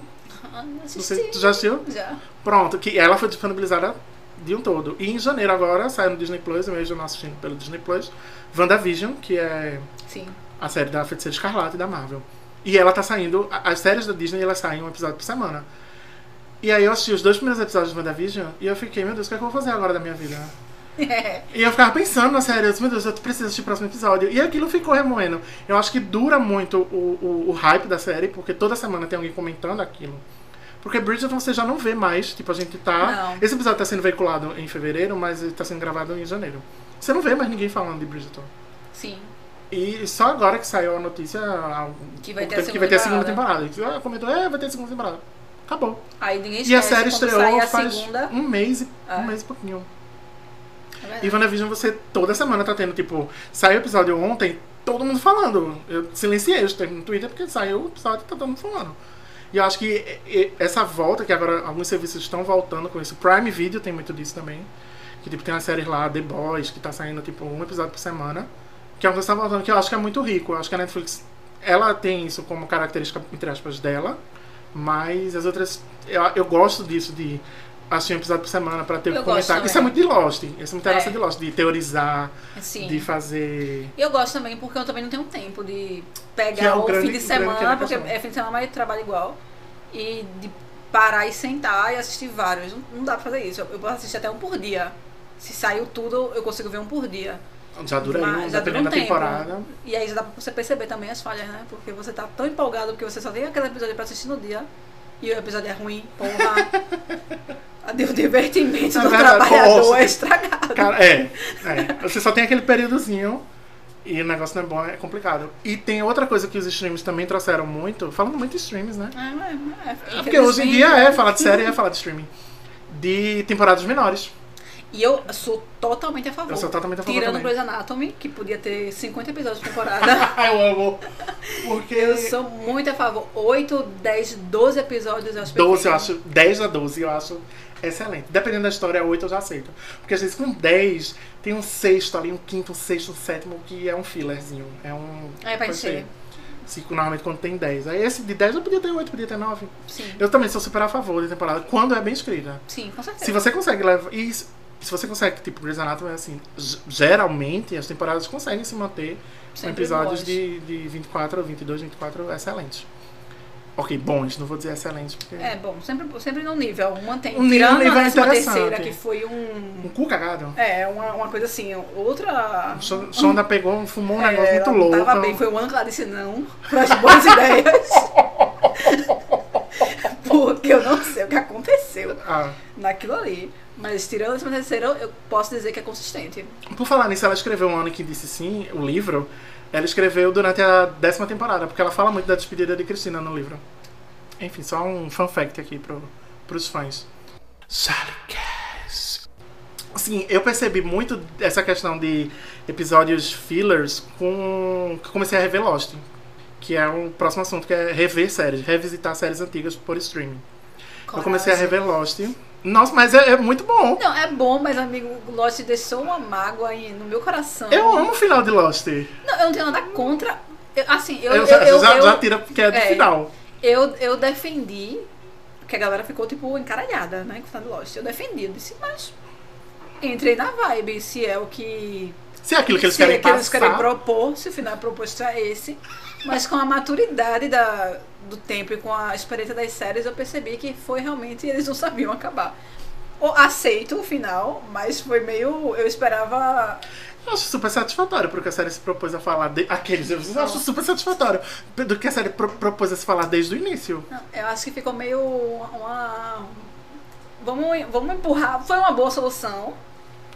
[SPEAKER 1] Ah, não
[SPEAKER 2] Não
[SPEAKER 1] assisti.
[SPEAKER 2] sei, tu já assistiu?
[SPEAKER 1] Já.
[SPEAKER 2] Pronto, que ela foi disponibilizada de um todo. E em janeiro agora sai no Disney Plus, eu mesmo não assistindo pelo Disney Plus, WandaVision, que é
[SPEAKER 1] Sim.
[SPEAKER 2] a série da Feiticeira Escarlate e da Marvel. E ela tá saindo, a- as séries da Disney elas saem um episódio por semana. E aí eu assisti os dois primeiros episódios de WandaVision e eu fiquei, meu Deus, o que é que eu vou fazer agora da minha vida?
[SPEAKER 1] É,
[SPEAKER 2] E eu ficava pensando na série, eu disse, meu Deus, eu preciso assistir o próximo episódio. E aquilo ficou remoendo. Eu acho que dura muito o, o, o hype da série, porque toda semana tem alguém comentando aquilo. Porque Bridgerton você já não vê mais, tipo, a gente tá...
[SPEAKER 1] Não.
[SPEAKER 2] Esse episódio tá sendo veiculado em fevereiro, mas ele tá sendo gravado em janeiro. Você não vê mais ninguém falando de Bridgerton.
[SPEAKER 1] Sim.
[SPEAKER 2] E só agora que saiu a notícia há um
[SPEAKER 1] Que vai ter
[SPEAKER 2] pouco
[SPEAKER 1] a
[SPEAKER 2] tempo que vai ter a segunda
[SPEAKER 1] segunda
[SPEAKER 2] temporada. E, ah, comentou, é, vai ter a segunda temporada. Acabou.
[SPEAKER 1] Aí ninguém esquece.
[SPEAKER 2] E a série
[SPEAKER 1] quando
[SPEAKER 2] estreou
[SPEAKER 1] sai a
[SPEAKER 2] faz
[SPEAKER 1] segunda.
[SPEAKER 2] um mês e
[SPEAKER 1] É.
[SPEAKER 2] um mês e pouquinho.
[SPEAKER 1] É verdade.
[SPEAKER 2] E WandaVision você toda semana tá tendo, tipo, saiu o episódio ontem, todo mundo falando. Eu silenciei os termos no Twitter porque saiu o episódio e tá todo mundo falando. E eu acho que e- e- essa volta, que agora alguns serviços estão voltando com isso, Prime Video tem muito disso também. Que tipo, tem uma série lá, The Boys, que tá saindo tipo um episódio por semana. Que é uma coisa que tá voltando, que eu acho que é muito rico. Eu acho que a Netflix, ela tem isso como característica, entre aspas, dela. Mas as outras. Eu, eu gosto disso de assistir um episódio por semana pra ter o
[SPEAKER 1] Eu
[SPEAKER 2] que
[SPEAKER 1] gosto
[SPEAKER 2] comentar. Isso é
[SPEAKER 1] também.
[SPEAKER 2] muito de Lost. Isso é muito
[SPEAKER 1] É.
[SPEAKER 2] é. de Lost, de teorizar,
[SPEAKER 1] Sim.
[SPEAKER 2] de fazer.
[SPEAKER 1] E eu gosto também porque eu também não tenho tempo de
[SPEAKER 2] Que é
[SPEAKER 1] pegar
[SPEAKER 2] o
[SPEAKER 1] o,
[SPEAKER 2] grande-
[SPEAKER 1] fim de
[SPEAKER 2] o grande que é
[SPEAKER 1] semana,
[SPEAKER 2] a
[SPEAKER 1] porque
[SPEAKER 2] questão.
[SPEAKER 1] é fim de semana, mas eu trabalho igual. E de parar e sentar e assistir vários. Não, não dá pra fazer isso. Eu, eu posso assistir até um por dia. Se saiu tudo, eu consigo ver um por dia.
[SPEAKER 2] Já dura
[SPEAKER 1] Mas
[SPEAKER 2] aí,
[SPEAKER 1] já dura um
[SPEAKER 2] dependendo da
[SPEAKER 1] tempo.
[SPEAKER 2] temporada.
[SPEAKER 1] E aí já dá pra você perceber também as falhas, né? Porque você tá tão empolgado porque você só tem aquele episódio pra assistir no dia. E o episódio é ruim, porra. Adeus, divertimento
[SPEAKER 2] É
[SPEAKER 1] do
[SPEAKER 2] verdade,
[SPEAKER 1] trabalhador
[SPEAKER 2] nossa.
[SPEAKER 1] é estragado.
[SPEAKER 2] Cara, é, é. Você só tem aquele períodozinho e o negócio não é bom, é complicado. E tem outra coisa que os streams também trouxeram muito, falando muito de streams, né?
[SPEAKER 1] É, é, é,
[SPEAKER 2] É porque hoje em dia
[SPEAKER 1] infelizmente.
[SPEAKER 2] é falar de série, é falar de streaming. De temporadas menores.
[SPEAKER 1] E eu sou totalmente a favor.
[SPEAKER 2] Eu sou totalmente a favor
[SPEAKER 1] Tirando
[SPEAKER 2] também.
[SPEAKER 1] Grey's Anatomy, que podia ter 50 episódios por temporada.
[SPEAKER 2] eu amo. Porque.
[SPEAKER 1] eu sou muito a favor. 8, 10, 12 episódios eu acho
[SPEAKER 2] 12, eu
[SPEAKER 1] perfeito.
[SPEAKER 2] acho. 10 a 12, eu acho excelente. Dependendo da história, 8 eu já aceito. Porque às vezes com 10, tem um sexto ali, um quinto, um sexto, um sétimo, que é um fillerzinho. É um.
[SPEAKER 1] É, pra
[SPEAKER 2] pode
[SPEAKER 1] encher.
[SPEAKER 2] ser. Se, normalmente quando tem 10. Aí esse de 10 eu podia ter 8, podia ter 9.
[SPEAKER 1] Sim.
[SPEAKER 2] Eu também sou super a favor de temporada, quando é bem escrita.
[SPEAKER 1] Sim, com certeza.
[SPEAKER 2] Se você consegue levar. E se se você consegue, tipo, Grey's Anatomy, assim, g- geralmente as temporadas conseguem se manter com
[SPEAKER 1] Sempre
[SPEAKER 2] episódios
[SPEAKER 1] bons.
[SPEAKER 2] de, de 24 ou 22, 24 excelentes. Ok, bons, não vou dizer excelentes, porque.
[SPEAKER 1] É, bom, sempre, sempre num nível. Mantém.
[SPEAKER 2] Um nível-
[SPEAKER 1] Tirando
[SPEAKER 2] um nível
[SPEAKER 1] a décima
[SPEAKER 2] interessante.
[SPEAKER 1] terceira, que foi
[SPEAKER 2] Um
[SPEAKER 1] um...
[SPEAKER 2] cu cagado.
[SPEAKER 1] É, uma, uma coisa assim, outra...
[SPEAKER 2] Son- Sonda pegou, fumou um negócio
[SPEAKER 1] É,
[SPEAKER 2] muito
[SPEAKER 1] ela não
[SPEAKER 2] louco.
[SPEAKER 1] Tava bem, foi o ano que ela disse não para as boas ideias.
[SPEAKER 2] Ah.
[SPEAKER 1] naquilo ali. Mas tirando a décima terceira, eu posso dizer que é consistente.
[SPEAKER 2] Por falar nisso, ela escreveu um ano que disse sim, o livro. Ela escreveu durante a décima temporada, porque ela fala muito da despedida de Cristina no livro. Enfim, só um fun fact aqui pro, pros fãs. Jalicast. Assim, eu percebi muito essa questão de episódios fillers com que eu comecei a rever Lost, que é o próximo assunto, que é rever séries, revisitar séries antigas por streaming. eu comecei a rever Lost. Nossa, mas é, é muito bom.
[SPEAKER 1] Não, é bom, mas amigo, Lost deixou uma mágoa aí no meu coração.
[SPEAKER 2] Eu amo o final de Lost.
[SPEAKER 1] Não, eu não tenho nada contra. Eu- assim, eu.
[SPEAKER 2] Eu,
[SPEAKER 1] Eu,
[SPEAKER 2] já,
[SPEAKER 1] eu,
[SPEAKER 2] já,
[SPEAKER 1] eu-
[SPEAKER 2] já tira porque é do
[SPEAKER 1] é.
[SPEAKER 2] final.
[SPEAKER 1] eu- eu defendi. Porque a galera ficou, tipo, encaralhada, né? Com o final de Lost. Eu defendi, eu disse, mas. Entrei na vibe, se é o que
[SPEAKER 2] Se é aquilo que eles
[SPEAKER 1] se
[SPEAKER 2] querem
[SPEAKER 1] é que eles
[SPEAKER 2] passar.
[SPEAKER 1] querem propor, se o final proposto é esse. Mas com a maturidade da, do tempo e com a experiência das séries, eu percebi que foi realmente. Eles não sabiam acabar. Eu aceito o final, mas foi meio. Eu esperava.
[SPEAKER 2] Eu acho super satisfatório porque a série se propôs a falar. De... Aqueles, eu acho super satisfatório do que a série pro- propôs a se falar desde o início.
[SPEAKER 1] não, eu acho que ficou meio uma. Vamos, vamos empurrar. Foi uma boa solução.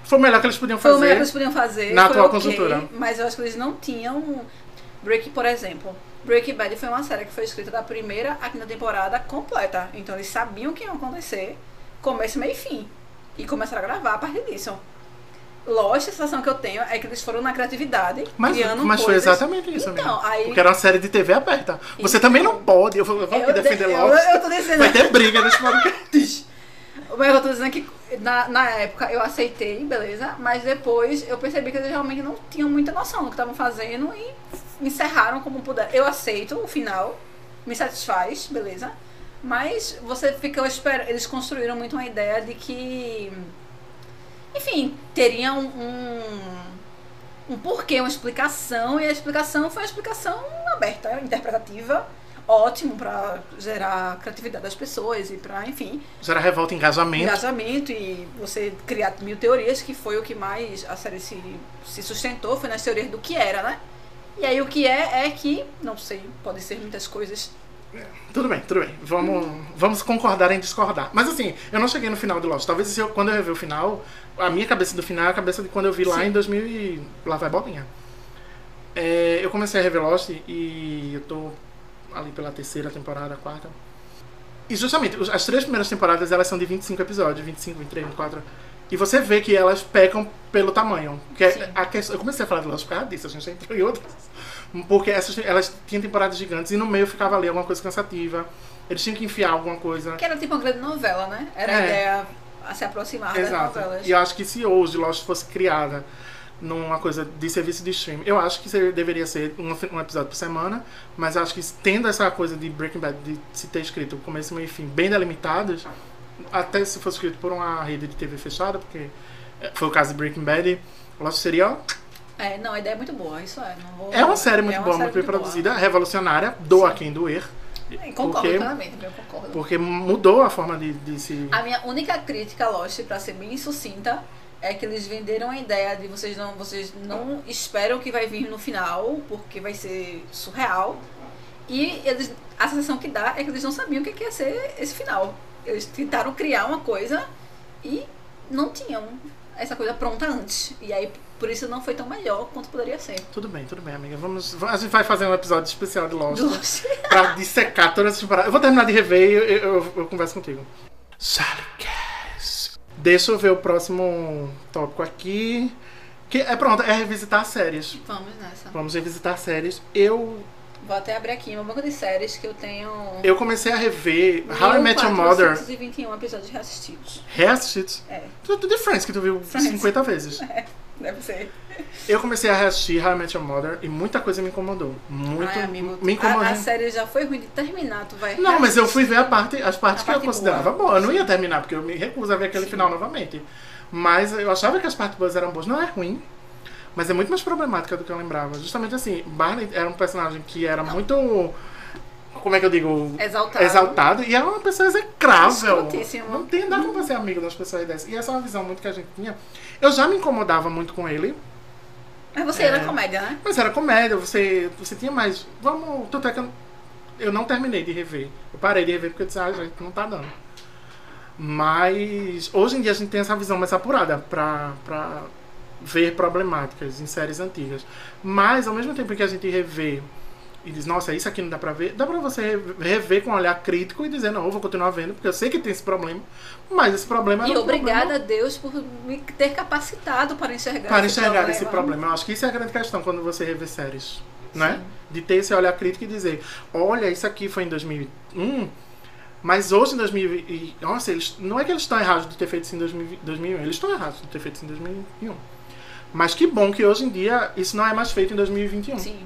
[SPEAKER 2] Foi o melhor que eles podiam
[SPEAKER 1] Foi o melhor
[SPEAKER 2] fazer.
[SPEAKER 1] que eles podiam fazer.
[SPEAKER 2] na
[SPEAKER 1] foi
[SPEAKER 2] atual
[SPEAKER 1] ok,
[SPEAKER 2] conjuntura.
[SPEAKER 1] Mas eu acho que eles não tinham. Break, por exemplo. Breaking Bad foi uma série que foi escrita da primeira à quinta temporada completa. Então eles sabiam o que ia acontecer, começo, meio e fim. E começaram a gravar a partir disso. Lost, a sensação que eu tenho é que eles foram na criatividade,
[SPEAKER 2] Mas,
[SPEAKER 1] criando
[SPEAKER 2] mas foi
[SPEAKER 1] coisas.
[SPEAKER 2] exatamente isso
[SPEAKER 1] Então,
[SPEAKER 2] mesmo.
[SPEAKER 1] aí-
[SPEAKER 2] Porque era uma série de TV aberta. Você
[SPEAKER 1] Então.
[SPEAKER 2] também não pode. Eu vou eu vou
[SPEAKER 1] Eu
[SPEAKER 2] aqui defender
[SPEAKER 1] de- eu-
[SPEAKER 2] Lost.
[SPEAKER 1] eu tô dizendo.
[SPEAKER 2] Vai ter briga nesse podcast.
[SPEAKER 1] Mas eu tô dizendo que na, na época eu aceitei, beleza? Mas depois eu percebi que eles realmente não tinham muita noção do que estavam fazendo e encerraram como puder. Eu aceito o final, me satisfaz, beleza? Mas você fica esperando. Eles construíram muito uma ideia de que. Enfim, teria um. um um porquê, uma explicação, e a explicação foi uma explicação aberta, interpretativa, ótimo pra gerar criatividade das pessoas e pra, enfim,
[SPEAKER 2] Gera revolta e engajamento.
[SPEAKER 1] engajamento e você criar mil teorias, que foi o que mais a série se, se sustentou, foi nas teorias do que era, né? E aí o que é, é que, não sei, podem ser muitas coisas.
[SPEAKER 2] Tudo bem, tudo bem. Vamos, vamos concordar em discordar. Mas assim, eu não cheguei no final de Lost. Talvez se eu, quando eu rever o final, a minha cabeça do final é a cabeça de quando eu vi lá
[SPEAKER 1] Sim.
[SPEAKER 2] em 2000 e... Lá vai bolinha. É, eu comecei a rever Lost e eu tô ali pela terceira temporada, quarta. E justamente, os- as três primeiras temporadas elas são de 25 episódios, 25, 23, 24. E você vê que elas pecam pelo tamanho. Que
[SPEAKER 1] Sim.
[SPEAKER 2] é a questão- eu comecei a falar de Lost por causa disso, a gente já entrou em outras. Porque essas, elas tinham temporadas gigantes e no meio ficava ali alguma coisa cansativa. Eles tinham que enfiar alguma coisa.
[SPEAKER 1] Que era tipo uma grande novela, né? Era a
[SPEAKER 2] É.
[SPEAKER 1] ideia a se aproximar
[SPEAKER 2] Exato.
[SPEAKER 1] das novelas.
[SPEAKER 2] E eu acho que se hoje Lost fosse criada numa coisa de serviço de streaming, eu acho que seria- deveria ser um, um episódio por semana, mas eu acho que tendo essa coisa de Breaking Bad, de se ter escrito começo, meio e fim bem delimitados, até se fosse escrito por uma rede de TV fechada, porque eh, foi o caso de Breaking Bad, Lost seria ó,
[SPEAKER 1] É, não, a ideia é muito boa, isso é. Não vou...
[SPEAKER 2] é uma série muito
[SPEAKER 1] é uma
[SPEAKER 2] boa,
[SPEAKER 1] série
[SPEAKER 2] muito bem
[SPEAKER 1] boa.
[SPEAKER 2] produzida, revolucionária, doa quem doer,
[SPEAKER 1] É, Concordo
[SPEAKER 2] porque-
[SPEAKER 1] plenamente, eu concordo.
[SPEAKER 2] porque mudou a forma de, de se...
[SPEAKER 1] A minha única crítica a Lost, pra ser bem sucinta, é que eles venderam a ideia de vocês não, vocês não esperam o que vai vir no final, porque vai ser surreal. E eles, a sensação que dá é que eles não sabiam o que que ia ser esse final. Eles tentaram criar uma coisa e não tinham essa coisa pronta antes. E aí, por isso não foi tão melhor quanto poderia ser.
[SPEAKER 2] Tudo bem, tudo bem, amiga. Vamos, a gente vai fazer um episódio especial de Lost.
[SPEAKER 1] Do Lost.
[SPEAKER 2] pra dissecar todas as temporadas. Eu vou terminar de rever e eu, eu- eu converso contigo. Salicast. Deixa eu ver o próximo tópico aqui. Que é pronto, é revisitar séries.
[SPEAKER 1] Vamos nessa.
[SPEAKER 2] Vamos revisitar séries. Eu,
[SPEAKER 1] Vou até abrir aqui uma banca de séries que eu tenho.
[SPEAKER 2] eu comecei a rever How I Met Your Mother.
[SPEAKER 1] 421 episódios reassistidos.
[SPEAKER 2] Reassistir.
[SPEAKER 1] É.
[SPEAKER 2] Tudo de Friends, que tu viu
[SPEAKER 1] Friends. É.
[SPEAKER 2] 50 vezes.
[SPEAKER 1] Deve ser.
[SPEAKER 2] Eu comecei a reassistir How I Met Your Mother e muita coisa me incomodou. Muito.
[SPEAKER 1] Ai, amigo,
[SPEAKER 2] me incomodou.
[SPEAKER 1] a, a série já foi ruim de terminar, tu vai.
[SPEAKER 2] Não, mas eu fui ver a parte, as partes
[SPEAKER 1] É. A
[SPEAKER 2] que
[SPEAKER 1] parte
[SPEAKER 2] eu considerava
[SPEAKER 1] boa.
[SPEAKER 2] boa. Eu não ia terminar, porque eu me recuso a ver aquele final novamente. Mas eu achava que as partes boas eram boas. Não é ruim, mas é muito mais problemática do que eu lembrava. Justamente assim, Barney era um personagem que era muito. Como é que eu digo?
[SPEAKER 1] Exaltado.
[SPEAKER 2] Exaltado. E era uma pessoa execrável.
[SPEAKER 1] Escrotíssimo.
[SPEAKER 2] Não tem nada como ser amigo das pessoas dessas. E essa é uma visão muito que a gente tinha. Eu já me incomodava muito com ele.
[SPEAKER 1] Mas você
[SPEAKER 2] É.
[SPEAKER 1] era comédia, né?
[SPEAKER 2] Mas era comédia, você, você tinha mais. Vamos. Tanto é que eu, eu não terminei de rever. Eu parei de rever porque eu disse, ah, gente, não tá dando. Mas hoje em dia a gente tem essa visão mais apurada pra, pra ver problemáticas em séries antigas. Mas ao mesmo tempo que a gente revê e diz, nossa, isso aqui não dá pra ver, dá pra você rever com um olhar crítico e dizer, não, eu vou continuar vendo, porque eu sei que tem esse problema, mas esse problema
[SPEAKER 1] E
[SPEAKER 2] era um problema
[SPEAKER 1] obrigada a Deus por me ter capacitado para enxergar
[SPEAKER 2] para
[SPEAKER 1] esse
[SPEAKER 2] enxergar
[SPEAKER 1] problema. né?
[SPEAKER 2] esse problema. Eu acho que isso é a grande questão quando você revê séries, né? De ter esse olhar crítico e dizer, olha, isso aqui foi em 2001, mas hoje em 2000 e, nossa, eles não é que eles estão errados de ter feito isso em 2000 2001, eles estão errados de ter feito isso em 2001. Mas que bom que hoje em dia isso não é mais feito em 2021,
[SPEAKER 1] Sim,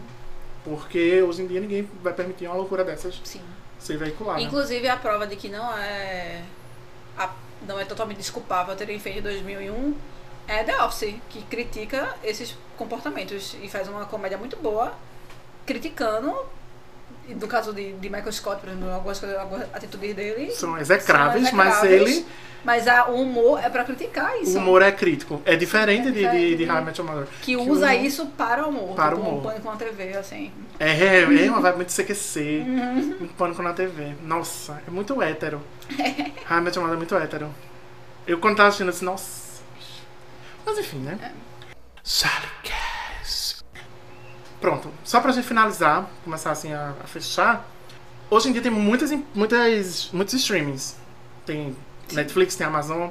[SPEAKER 2] porque hoje em dia ninguém vai permitir uma loucura dessas
[SPEAKER 1] sim.
[SPEAKER 2] ser veiculada.
[SPEAKER 1] Inclusive a prova de que não é a- não é totalmente desculpável terem feito em 2001 é The Office, que critica esses comportamentos e faz uma comédia muito boa criticando e no caso de, de Michael Scott, por exemplo, algumas, coisas- algumas atitudes dele.
[SPEAKER 2] São execráveis,
[SPEAKER 1] são
[SPEAKER 2] É mas
[SPEAKER 1] execráveis,
[SPEAKER 2] ele,
[SPEAKER 1] é Mas a- o humor é pra criticar
[SPEAKER 2] o
[SPEAKER 1] isso.
[SPEAKER 2] humor é crítico. É diferente,
[SPEAKER 1] É
[SPEAKER 2] de, de,
[SPEAKER 1] diferente,
[SPEAKER 2] de
[SPEAKER 1] né?
[SPEAKER 2] How I Met Your Mother.
[SPEAKER 1] que
[SPEAKER 2] o
[SPEAKER 1] usa
[SPEAKER 2] humor-
[SPEAKER 1] isso para o humor.
[SPEAKER 2] né? Para o
[SPEAKER 1] tipo, um
[SPEAKER 2] humor.
[SPEAKER 1] pânico na TV, assim.
[SPEAKER 2] É, é uma vibe muito CQC, muito pânico na TV. Nossa, é muito hétero. Ai, minha chamada é muito hétero. Eu quando tava assistindo assim, nossa. Mas enfim, né? Salicast. Pronto, só pra gente finalizar, começar assim a, a fechar. Hoje em dia tem muitas, em- muitas, muitos streamings. Tem Netflix, tem Amazon.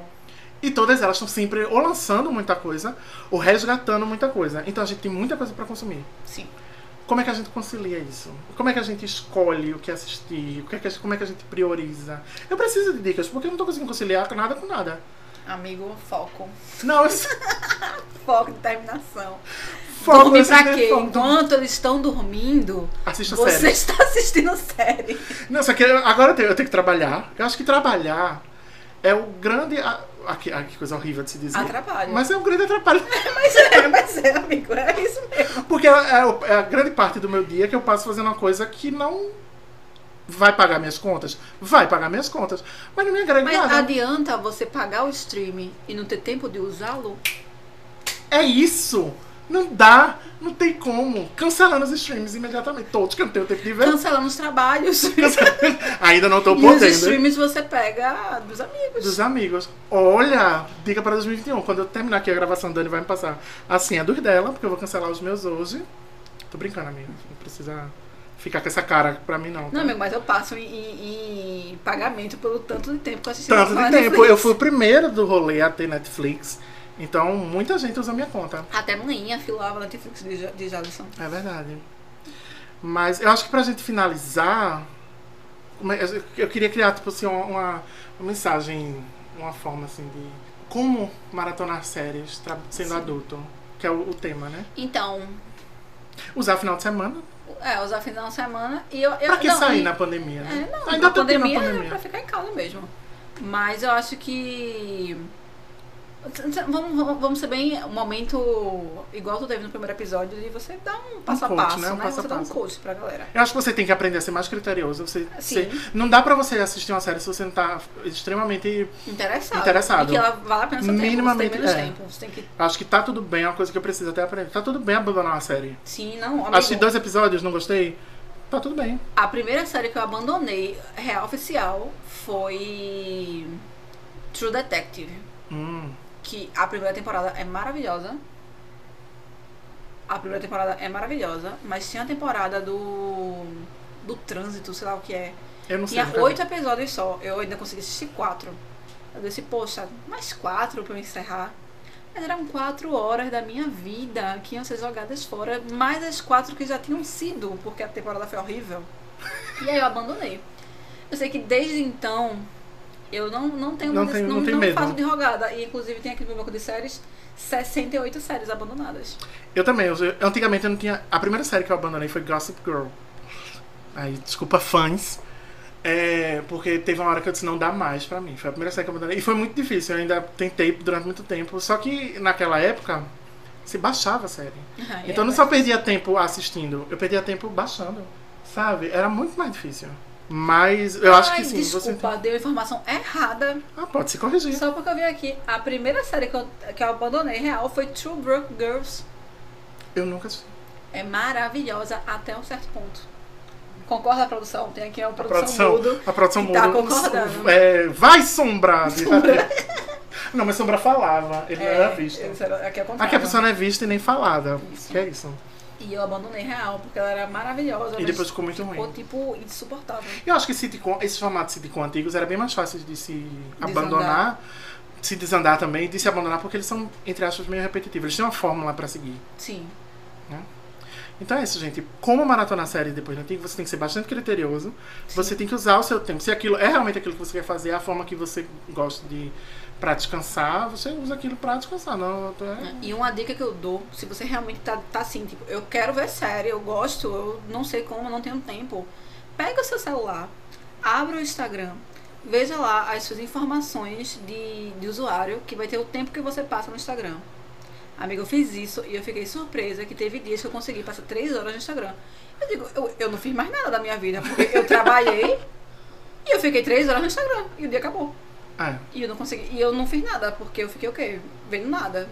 [SPEAKER 2] E todas elas estão sempre ou lançando muita coisa ou resgatando muita coisa. Então a gente tem muita coisa pra consumir.
[SPEAKER 1] Sim.
[SPEAKER 2] Como é que a gente concilia isso? Como é que a gente escolhe o que assistir? O que é que a- como é que a gente prioriza? Eu preciso de dicas, porque eu não tô conseguindo conciliar nada com nada.
[SPEAKER 1] Amigo, foco.
[SPEAKER 2] Não, esse
[SPEAKER 1] Foco, determinação.
[SPEAKER 2] foco
[SPEAKER 1] Dormir
[SPEAKER 2] nesse
[SPEAKER 1] pra quê?
[SPEAKER 2] telefone.
[SPEAKER 1] Enquanto eles estão dormindo,
[SPEAKER 2] Assista
[SPEAKER 1] você
[SPEAKER 2] séries.
[SPEAKER 1] está assistindo série.
[SPEAKER 2] Não, só que eu- agora eu tenho, eu tenho que trabalhar. Eu acho que trabalhar é o grande. a- ah, que- ah, que coisa horrível de se dizer.
[SPEAKER 1] Atrapalha.
[SPEAKER 2] Mas é um grande atrapalho.
[SPEAKER 1] Mas é, mas é, amigo, é isso mesmo.
[SPEAKER 2] Porque é, é o- é a grande parte do meu dia que eu passo fazendo uma coisa que não vai pagar minhas contas. Vai pagar minhas contas. Mas não me agrega
[SPEAKER 1] Mas
[SPEAKER 2] É nada.
[SPEAKER 1] adianta você pagar o streaming e não ter tempo de usá-lo?
[SPEAKER 2] É isso! Não dá, não tem como. Cancelando os streams imediatamente. Todos que eu não tenho tempo de ver.
[SPEAKER 1] Cancelando os trabalhos. E
[SPEAKER 2] Ainda não tô
[SPEAKER 1] os
[SPEAKER 2] podendo.
[SPEAKER 1] streams você pega dos amigos.
[SPEAKER 2] Dos amigos. Olha, dica para 2021. Quando eu terminar aqui a gravação, Dani vai me passar a senha dos dela, porque eu vou cancelar os meus hoje. Tô brincando, amiga. Não precisa ficar com essa cara pra mim, não. tá?
[SPEAKER 1] Não, amigo, mas eu passo em, em- em pagamento pelo tanto de tempo que eu assisti.
[SPEAKER 2] Tanto
[SPEAKER 1] na
[SPEAKER 2] de tempo. Eu fui o primeiro do rolê a ter Netflix. Então, muita gente usa minha conta.
[SPEAKER 1] Até manhã filava Netflix de, Ja- de Jalisson.
[SPEAKER 2] É verdade. Mas eu acho que pra gente finalizar, uma- eu- eu queria criar tipo assim, uma, uma mensagem, uma forma assim de como maratonar séries tra- sendo adulto, que é o, o tema, né?
[SPEAKER 1] Então,
[SPEAKER 2] Usar final de semana.
[SPEAKER 1] é, usar final de semana e eu. eu
[SPEAKER 2] Pra que
[SPEAKER 1] não,
[SPEAKER 2] sair
[SPEAKER 1] e-
[SPEAKER 2] na pandemia? né?
[SPEAKER 1] É, não,
[SPEAKER 2] Ainda
[SPEAKER 1] a
[SPEAKER 2] tá tendo
[SPEAKER 1] pandemia,
[SPEAKER 2] a
[SPEAKER 1] é
[SPEAKER 2] pandemia.
[SPEAKER 1] pra ficar em casa mesmo. Mas eu acho que. Vamos, vamos- vamos ser bem um momento igual tu teve no primeiro episódio de você dar um passo
[SPEAKER 2] coach,
[SPEAKER 1] a passo,
[SPEAKER 2] né?
[SPEAKER 1] né?
[SPEAKER 2] Um passo a
[SPEAKER 1] você dá um
[SPEAKER 2] passo.
[SPEAKER 1] coach pra galera.
[SPEAKER 2] Eu acho que você tem que aprender a ser mais criterioso. Você,
[SPEAKER 1] Sim.
[SPEAKER 2] você- não dá pra você assistir uma série se você não tá extremamente
[SPEAKER 1] Interessado.
[SPEAKER 2] Interessado.
[SPEAKER 1] E que ela vale a pena seu tempo. Você tem
[SPEAKER 2] Minimamente,
[SPEAKER 1] menos
[SPEAKER 2] é.
[SPEAKER 1] tempo. Você tem que.
[SPEAKER 2] Acho que tá tudo bem, é uma coisa que eu preciso até aprender. Tá tudo bem abandonar uma série.
[SPEAKER 1] Sim, não. Amigo,
[SPEAKER 2] Assisti dois episódios, não gostei. Tá tudo bem.
[SPEAKER 1] A primeira série que eu abandonei, real oficial, foi. True Detective.
[SPEAKER 2] Hum.
[SPEAKER 1] que a primeira temporada é maravilhosa. A primeira temporada é maravilhosa, mas tinha a temporada do. do trânsito, sei lá o que é.
[SPEAKER 2] Eu não sei.
[SPEAKER 1] Tinha
[SPEAKER 2] nunca vi.
[SPEAKER 1] oito é- episódios só, eu ainda consegui assistir quatro. Eu disse, poxa, mais quatro pra eu encerrar. Mas eram quatro horas da minha vida que iam ser jogadas fora, mais as quatro que já tinham sido, porque a temporada foi horrível. E aí eu abandonei. Eu sei que desde então eu não, não tenho
[SPEAKER 2] Não
[SPEAKER 1] mais-
[SPEAKER 2] tem-
[SPEAKER 1] não,
[SPEAKER 2] não tem
[SPEAKER 1] não
[SPEAKER 2] medo.
[SPEAKER 1] faço de rogada. E inclusive tem aqui no meu banco de séries 68 séries abandonadas.
[SPEAKER 2] Eu também. Eu, eu- antigamente eu não tinha. A primeira série que eu abandonei foi Gossip Girl. Aí, desculpa, fãs. É, porque teve uma hora que eu disse não dá mais pra mim. Foi a primeira série que eu abandonei. E foi muito difícil. Eu ainda tentei durante muito tempo. Só que naquela época se baixava a série.
[SPEAKER 1] Ai,
[SPEAKER 2] Então eu
[SPEAKER 1] é,
[SPEAKER 2] não só perdia tempo assistindo, eu perdia tempo baixando. Sabe? Era muito mais difícil. Mas eu acho
[SPEAKER 1] Ai,
[SPEAKER 2] que sim.
[SPEAKER 1] desculpa,
[SPEAKER 2] Você... tem-
[SPEAKER 1] deu informação errada.
[SPEAKER 2] Ah, pode se corrigir.
[SPEAKER 1] Só porque eu vim aqui, a primeira série que eu, que eu abandonei real foi True Broke Girls.
[SPEAKER 2] Eu nunca assisti.
[SPEAKER 1] É maravilhosa até um certo ponto. Concorda, produção? Tem aqui uma
[SPEAKER 2] A
[SPEAKER 1] produção,
[SPEAKER 2] produção,
[SPEAKER 1] mudo.
[SPEAKER 2] a produção
[SPEAKER 1] que tá
[SPEAKER 2] muda.
[SPEAKER 1] concordando.
[SPEAKER 2] É, vai sombrar. de- Não, mas sombra falava, ele
[SPEAKER 1] É,
[SPEAKER 2] não era visto.
[SPEAKER 1] eles eram- Aqui é o contrário.
[SPEAKER 2] Aqui a pessoa não é vista e nem falada.
[SPEAKER 1] Isso.
[SPEAKER 2] Que é isso.
[SPEAKER 1] E eu abandonei real, porque ela era maravilhosa.
[SPEAKER 2] E
[SPEAKER 1] mas
[SPEAKER 2] depois ficou muito
[SPEAKER 1] Ficou,
[SPEAKER 2] ruim.
[SPEAKER 1] tipo, insuportável.
[SPEAKER 2] Eu acho que sitcom, esses formatos sitcom antigos era bem mais fácil de se abandonar, se desandar também, de se abandonar, porque eles são, entre aspas, meio repetitivos. Eles têm uma fórmula pra seguir.
[SPEAKER 1] Sim.
[SPEAKER 2] Então é isso, gente. Como maratonar séries depois do antigo, você tem que ser bastante criterioso. Você tem que usar o seu tempo. Se aquilo é realmente aquilo que você quer fazer, a forma que você gosta de pra descansar, você usa aquilo pra descansar. Não, eu tô- é-
[SPEAKER 1] E uma dica que eu dou, se você realmente tá, tá assim, tipo, eu quero ver série, eu gosto, eu não sei como, não tenho tempo. Pega o seu celular, abre o Instagram, veja lá as suas informações de, de usuário, que vai ter o tempo que você passa no Instagram. Amiga, eu fiz isso e eu fiquei surpresa que teve dias que eu consegui passar três horas no Instagram. Eu digo, eu, eu não fiz mais nada da minha vida, porque eu trabalhei e eu fiquei três horas no Instagram e o dia acabou.
[SPEAKER 2] é.
[SPEAKER 1] E eu não consegui. E eu não fiz nada, porque eu fiquei o quê? Vendo nada.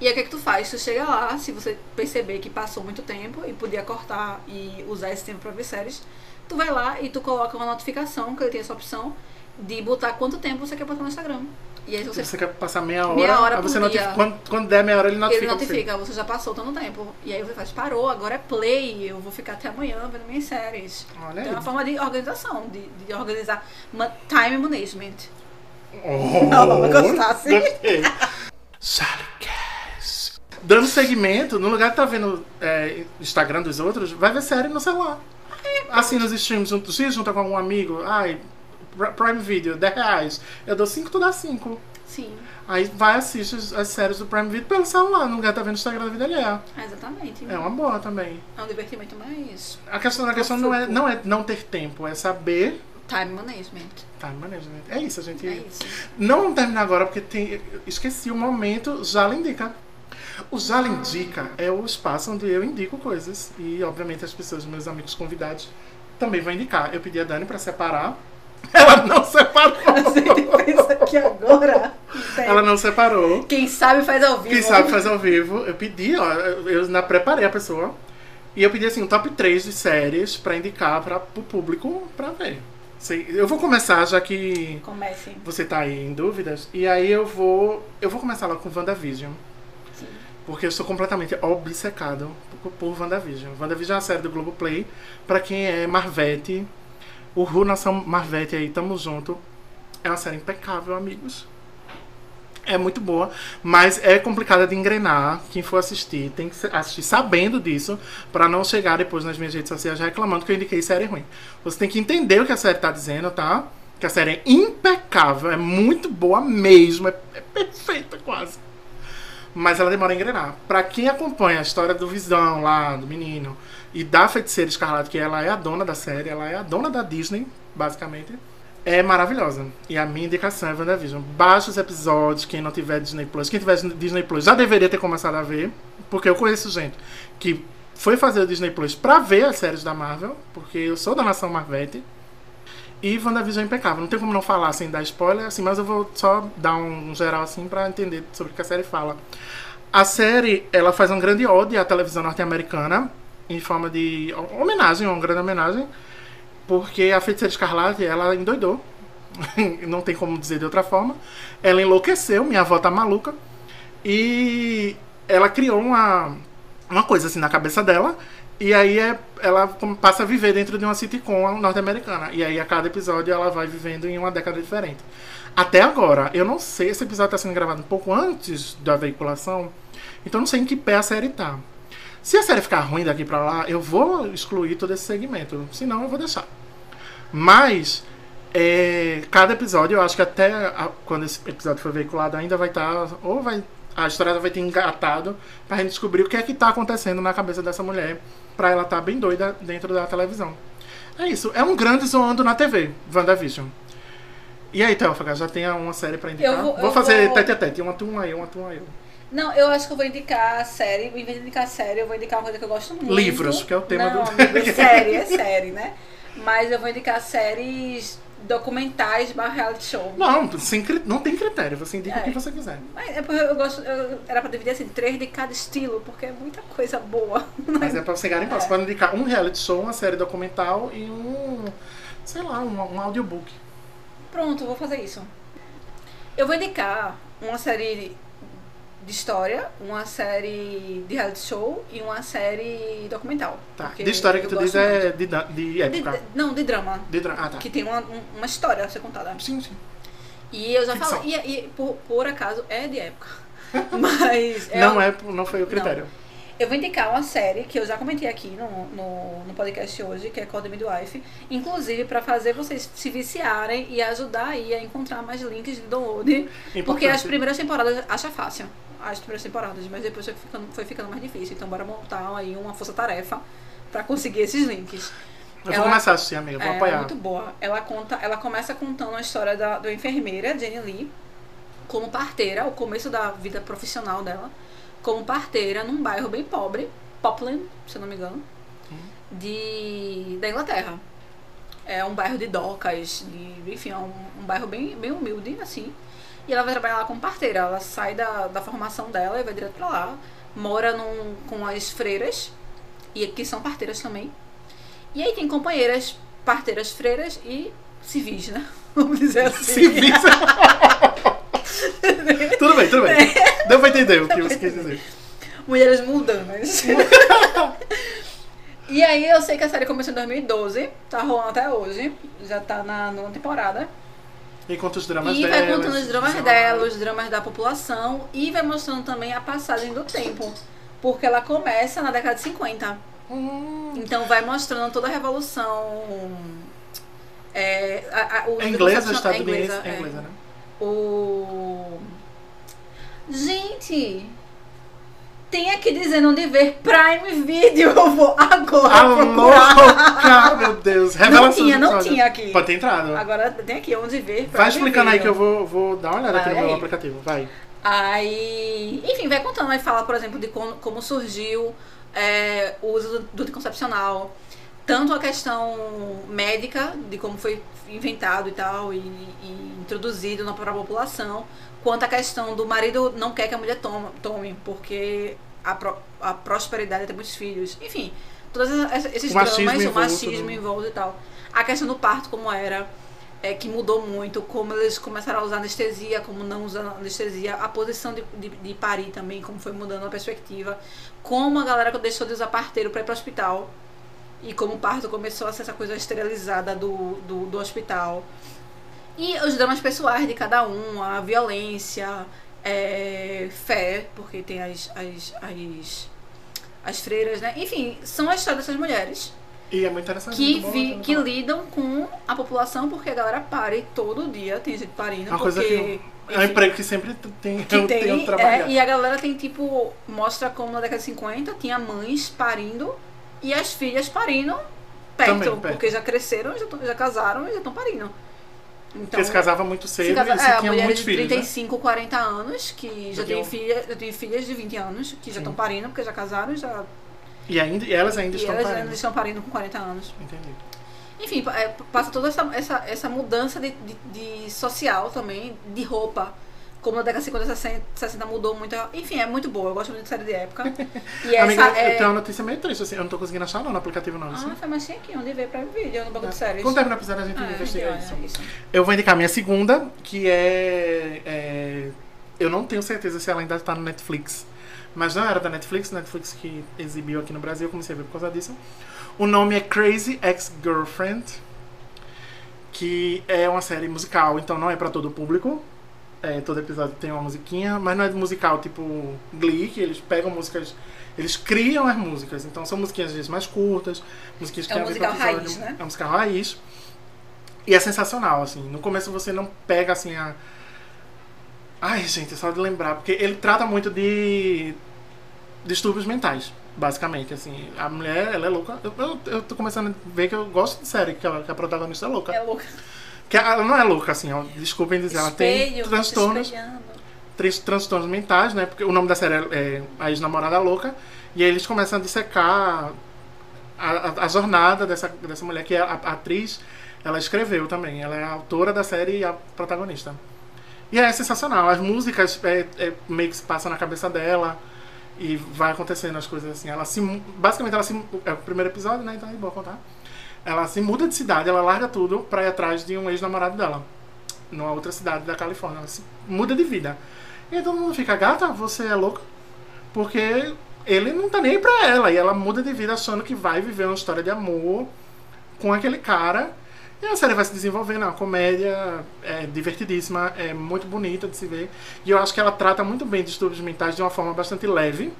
[SPEAKER 1] E aí o que, é que tu faz? Tu chega lá, se você perceber que passou muito tempo e podia cortar e usar esse tempo pra ver séries, tu vai lá e tu coloca uma notificação, que ele tem essa opção, de botar quanto tempo você quer botar no Instagram. E aí
[SPEAKER 2] Se
[SPEAKER 1] você,
[SPEAKER 2] você quer passar meia hora,
[SPEAKER 1] Meia hora
[SPEAKER 2] aí você
[SPEAKER 1] por
[SPEAKER 2] notifica-
[SPEAKER 1] dia.
[SPEAKER 2] Quando, quando der meia hora, ele notifica.
[SPEAKER 1] ele
[SPEAKER 2] você.
[SPEAKER 1] notifica, você já passou tanto tempo. E aí você faz, parou, agora é play, eu vou ficar até amanhã vendo minhas séries.
[SPEAKER 2] Olha aí.
[SPEAKER 1] Então é uma forma de organização, de, de organizar ma- time management.
[SPEAKER 2] Oh,
[SPEAKER 1] Não, não gostasse.
[SPEAKER 2] Gostei. Salicast. Dando segmento, no lugar de tá vendo é, Instagram dos outros, vai ver série no celular. Assim, nos streams, junto, se junta com algum amigo, ai, Pr- Prime Video, 10 reais. Eu dou 5, tu dá 5.
[SPEAKER 1] Sim,
[SPEAKER 2] Aí vai assistir as, as séries do Prime Video pelo celular, no lugar de tá vendo Instagram da vida alheia.
[SPEAKER 1] Ah, exatamente.
[SPEAKER 2] É uma boa também.
[SPEAKER 1] É um divertimento mais
[SPEAKER 2] A questão, a questão não, é, não é não ter tempo, é saber
[SPEAKER 1] time management.
[SPEAKER 2] time management. É isso, a gente.
[SPEAKER 1] É isso.
[SPEAKER 2] Não vamos terminar agora, porque tem, esqueci o momento. Jala Indica. O Jala Indica é o espaço onde eu indico coisas. E, obviamente, as pessoas, meus amigos convidados, também vão indicar. Eu pedi a Dani pra separar. Ela não separou.
[SPEAKER 1] pensa que agora.
[SPEAKER 2] Ela não separou.
[SPEAKER 1] Quem sabe faz ao vivo.
[SPEAKER 2] Quem sabe faz ao vivo. Eu pedi, ó, eu ainda preparei a pessoa. E eu pedi assim, um top 3 de séries pra indicar para o público pra ver. Sei- Eu vou começar, já que
[SPEAKER 1] Comecem.
[SPEAKER 2] você tá aí em dúvidas. E aí eu vou. Eu vou começar lá com WandaVision.
[SPEAKER 1] Sim.
[SPEAKER 2] Porque eu sou completamente obcecado por, por WandaVision. WandaVision é uma série do Globoplay. Pra quem é Marvete, o Ru Nação Marvete aí, tamo junto. É uma série impecável, amigos. É muito boa, mas é complicada de engrenar. Quem for assistir tem que se- assistir sabendo disso pra não chegar depois nas minhas redes sociais reclamando que eu indiquei série ruim. Você tem que entender o que a série tá dizendo, tá? Que a série é impecável, é muito boa mesmo, é, é perfeita quase. Mas ela demora a engrenar. Pra quem acompanha a história do Visão lá, do menino, e da Feiticeira Escarlate, que ela é a dona da série, ela é a dona da Disney, basicamente, é maravilhosa. E a minha indicação é WandaVision. Baixa os episódios, quem não tiver Disney Plus. Quem tiver Disney Plus já deveria ter começado a ver, porque eu conheço gente que foi fazer o Disney Plus pra ver as séries da Marvel, porque eu sou da nação Marvete. E WandaVision é impecável. Não tem como não falar sem dar spoiler, assim, mas eu vou só dar um geral assim pra entender sobre o que a série fala. A série, ela faz um grande ode à televisão norte-americana, em forma de homenagem, uma grande homenagem, porque a Feiticeira Escarlate, ela endoidou. Não tem como dizer de outra forma. Ela enlouqueceu, minha avó tá maluca. E ela criou uma, uma coisa assim na cabeça dela. E aí é- ela com- passa a viver dentro de uma sitcom norte-americana. E aí a cada episódio ela vai vivendo em uma década diferente. Até agora, eu não sei, esse episódio tá sendo gravado um pouco antes da veiculação. Então eu não sei em que pé a série tá. Se a série ficar ruim daqui pra lá, eu vou excluir todo esse segmento. Senão eu vou deixar. Mas é, cada episódio, eu acho que até a- quando esse episódio for veiculado, ainda vai estar. ou vai. A história vai ter engatado pra gente descobrir o que é que tá acontecendo na cabeça dessa mulher. Pra ela estar bem doida dentro da televisão. É isso. É um grande zoando na TV, WandaVision. E aí, Théofaga, já tem uma série pra indicar?
[SPEAKER 1] Eu vou- eu
[SPEAKER 2] fazer
[SPEAKER 1] vou-
[SPEAKER 2] tete a tete. Uma tu, uma eu, uma tu, uma eu.
[SPEAKER 1] Não, eu acho que eu vou indicar a série. Em vez de indicar a série, eu vou indicar uma coisa que eu gosto muito.
[SPEAKER 2] Livros, que é o tema
[SPEAKER 1] Não,
[SPEAKER 2] do-
[SPEAKER 1] Amigo, é série, é série, né? Mas eu vou indicar séries documentais barra reality show.
[SPEAKER 2] Não, sem, cri- não tem critério, você indica o que
[SPEAKER 1] É.
[SPEAKER 2] você quiser.
[SPEAKER 1] Mas é porque eu gosto. eu- era pra dividir assim, três de cada estilo, porque é muita coisa boa.
[SPEAKER 2] Mas é pra você garimpar. Você pode indicar um reality show, uma série documental e um. sei lá, um, um audiobook.
[SPEAKER 1] Pronto, vou fazer isso. Eu vou indicar uma série de história, uma série de reality show e uma série documental.
[SPEAKER 2] Tá.
[SPEAKER 1] Porque
[SPEAKER 2] de história que
[SPEAKER 1] eu
[SPEAKER 2] tu
[SPEAKER 1] gosto
[SPEAKER 2] diz é de, da- de
[SPEAKER 1] muito.
[SPEAKER 2] época.
[SPEAKER 1] De- de- não, de drama.
[SPEAKER 2] De dra- Ah, tá.
[SPEAKER 1] Que tem uma, um- uma história a ser contada.
[SPEAKER 2] Sim, sim.
[SPEAKER 1] E eu já
[SPEAKER 2] Ficção.
[SPEAKER 1] falei. E, e por, por acaso é de época. Mas.
[SPEAKER 2] não,
[SPEAKER 1] uma-
[SPEAKER 2] é, não foi o critério.
[SPEAKER 1] Eu vou indicar uma série que eu já comentei aqui no, no, no podcast hoje, que é Call the Midwife. Inclusive pra fazer vocês se viciarem e ajudar aí a encontrar mais links de download. Porque as primeiras temporadas acha fácil. As primeiras temporadas, mas depois foi ficando, foi ficando mais difícil. Então bora montar aí uma força-tarefa pra conseguir esses links.
[SPEAKER 2] Eu vou
[SPEAKER 1] ela-
[SPEAKER 2] começar a assistir, amiga. Eu vou
[SPEAKER 1] é
[SPEAKER 2] apoiar.
[SPEAKER 1] muito boa. Ela conta, ela começa contando a história da, da enfermeira Jenny Lee como parteira, o começo da vida profissional dela, como parteira num bairro bem pobre, Popland, se eu não me engano,
[SPEAKER 2] Uhum.
[SPEAKER 1] de da Inglaterra. É um bairro de docas, de, enfim, é um, um bairro bem, bem humilde, assim. E ela vai trabalhar lá como parteira. Ela sai da, da formação dela e vai direto pra lá. Mora num- com as freiras, e que são parteiras também. E aí tem companheiras, parteiras, freiras e civis, né? Vamos dizer assim.
[SPEAKER 2] Se vira. tudo bem, tudo bem.
[SPEAKER 1] É.
[SPEAKER 2] Deu pra entender o que você quis dizer.
[SPEAKER 1] Mulheres mundanas. e aí eu sei que a série começou em 2012, tá rolando até hoje, já tá na nona temporada.
[SPEAKER 2] Enquanto os dramas
[SPEAKER 1] e
[SPEAKER 2] dela.
[SPEAKER 1] vai contando os dramas
[SPEAKER 2] sei lá.
[SPEAKER 1] dela, os dramas da população e vai mostrando também a passagem do tempo. Porque ela começa na década de 50. Então vai mostrando toda a revolução. É, a, a, o-
[SPEAKER 2] É inglesa,
[SPEAKER 1] é
[SPEAKER 2] estadunidense.
[SPEAKER 1] inglesa,
[SPEAKER 2] É
[SPEAKER 1] é.
[SPEAKER 2] inglesa, né?
[SPEAKER 1] O. Gente! Tem aqui dizendo onde ver Prime Video. Eu vou agora
[SPEAKER 2] Ah,
[SPEAKER 1] procurar.
[SPEAKER 2] louca! oh, Meu Deus. Revelação
[SPEAKER 1] Não tinha,
[SPEAKER 2] do
[SPEAKER 1] não
[SPEAKER 2] episódio.
[SPEAKER 1] tinha aqui.
[SPEAKER 2] Pode ter entrado.
[SPEAKER 1] Agora tem aqui onde ver.
[SPEAKER 2] Vai
[SPEAKER 1] Prime
[SPEAKER 2] explicando aí que
[SPEAKER 1] Video.
[SPEAKER 2] eu vou, vou dar uma olhada aqui no
[SPEAKER 1] né? Vai
[SPEAKER 2] meu
[SPEAKER 1] aí.
[SPEAKER 2] aplicativo. Vai.
[SPEAKER 1] Aí, enfim, vai contando, vai falar, por exemplo, de como, como surgiu é, o uso do, do anticoncepcional, tanto a questão médica, de como foi inventado e tal, e, e introduzido na própria população, quanto a questão do marido não quer que a mulher toma, tome, porque a, pro- a prosperidade é ter muitos filhos. Enfim, todos esses, esses
[SPEAKER 2] O machismo
[SPEAKER 1] dramas, o
[SPEAKER 2] envolto,
[SPEAKER 1] machismo
[SPEAKER 2] né?
[SPEAKER 1] envolto e tal. A questão do parto, como era, é, que mudou muito, como eles começaram a usar anestesia, como não usar anestesia, a posição de, de, de parir também, como foi mudando a perspectiva, como a galera deixou de usar parteiro para ir para hospital e como o parto começou a ser essa coisa esterilizada do, do, do hospital. E os dramas pessoais de cada um, a violência, é, fé, porque tem as, as, as, as freiras, né? Enfim, são a história dessas mulheres
[SPEAKER 2] E é muito interessante.
[SPEAKER 1] que,
[SPEAKER 2] muito bom,
[SPEAKER 1] vi,
[SPEAKER 2] muito
[SPEAKER 1] que
[SPEAKER 2] bom.
[SPEAKER 1] lidam com a população, porque a galera pare todo dia, tem gente parindo,
[SPEAKER 2] Uma coisa
[SPEAKER 1] porque.
[SPEAKER 2] É um
[SPEAKER 1] enfim,
[SPEAKER 2] emprego que sempre tu tem,
[SPEAKER 1] que
[SPEAKER 2] eu
[SPEAKER 1] tem,
[SPEAKER 2] tenho
[SPEAKER 1] é,
[SPEAKER 2] que trabalhar.
[SPEAKER 1] e a galera tem tipo, mostra como na década de 50 tinha mães parindo e as filhas parindo perto,
[SPEAKER 2] Também, perto.
[SPEAKER 1] porque já cresceram, já, tão- já casaram e já estão parindo. Então,
[SPEAKER 2] Porque se casava muito cedo
[SPEAKER 1] se casa-
[SPEAKER 2] e se
[SPEAKER 1] é, a
[SPEAKER 2] tinha
[SPEAKER 1] mulher
[SPEAKER 2] muitos
[SPEAKER 1] de
[SPEAKER 2] filhos. né?
[SPEAKER 1] 35, 40 anos, que já
[SPEAKER 2] Já tem
[SPEAKER 1] tem,
[SPEAKER 2] um-
[SPEAKER 1] filha, já tem filhas de 20 anos, que já estão parindo, porque já casaram já,
[SPEAKER 2] E, ainda, e elas ainda
[SPEAKER 1] e
[SPEAKER 2] estão
[SPEAKER 1] elas
[SPEAKER 2] parando.
[SPEAKER 1] ainda estão parindo com 40 anos.
[SPEAKER 2] Entendi.
[SPEAKER 1] Enfim, pa- é, passa toda essa, essa, essa mudança de, de- de social também, de roupa. Como na década de 50, 60, 60 mudou muito. a- Enfim, é muito boa. Eu gosto muito de série de época. E essa
[SPEAKER 2] Amiga, eu
[SPEAKER 1] é.
[SPEAKER 2] tenho uma notícia meio triste, assim, eu não tô conseguindo achar não no aplicativo não. assim. Tá.
[SPEAKER 1] Ah, foi mais aqui, onde veio pra vídeo, no banco de séries.
[SPEAKER 2] Quando terminar o episódio a gente
[SPEAKER 1] Ah,
[SPEAKER 2] investiga
[SPEAKER 1] olha,
[SPEAKER 2] isso.
[SPEAKER 1] isso.
[SPEAKER 2] Eu vou indicar minha segunda, que é, é- Eu não tenho certeza se ela ainda está no Netflix. Mas não era da Netflix, Netflix que exibiu aqui no Brasil, eu comecei a ver por causa disso. O nome é Crazy Ex-Girlfriend, que é uma série musical, então não é pra todo o público. É, todo episódio tem uma musiquinha, mas não é musical tipo Glee, que eles pegam músicas, eles criam as músicas. Então são musiquinhas às vezes mais curtas, musiquinhas que
[SPEAKER 1] É um
[SPEAKER 2] têm a ver com o
[SPEAKER 1] musical
[SPEAKER 2] episódio.
[SPEAKER 1] raiz, né?
[SPEAKER 2] É um musical raiz. E é sensacional, assim. No começo você não pega, assim, a... Ai, gente, é só de lembrar. Porque ele trata muito de distúrbios mentais, basicamente, assim. A mulher, ela é louca. Eu, eu, eu tô começando a ver que eu gosto de série, que, ela- que a protagonista é louca.
[SPEAKER 1] É louco.
[SPEAKER 2] Que ela não é louca, assim, ó, desculpem dizer. ela tem transtornos
[SPEAKER 1] espelhando.
[SPEAKER 2] três transtornos mentais, né? Porque o nome da série é é, A Ex-Namorada Louca. E aí eles começam a dissecar a, a- a jornada dessa, dessa mulher, que é a, a atriz, ela escreveu também. Ela é a autora da série e a protagonista. E é sensacional. As músicas é, é, meio que se passam na cabeça dela e vai acontecendo as coisas assim. Ela se, mu- basicamente, ela se, mu- é o primeiro episódio, né? Então é bom contar. Ela se muda de cidade, ela larga tudo pra ir atrás de um ex-namorado dela. Numa outra cidade da Califórnia. Ela se muda de vida. E aí todo mundo fica, gata, você é louca? Porque ele não tá nem aí pra ela. E ela muda de vida achando que vai viver uma história de amor com aquele cara. E a série vai se desenvolvendo, é uma comédia é, divertidíssima, é muito bonita de se ver. E eu acho que ela trata muito bem distúrbios mentais de uma forma bastante leve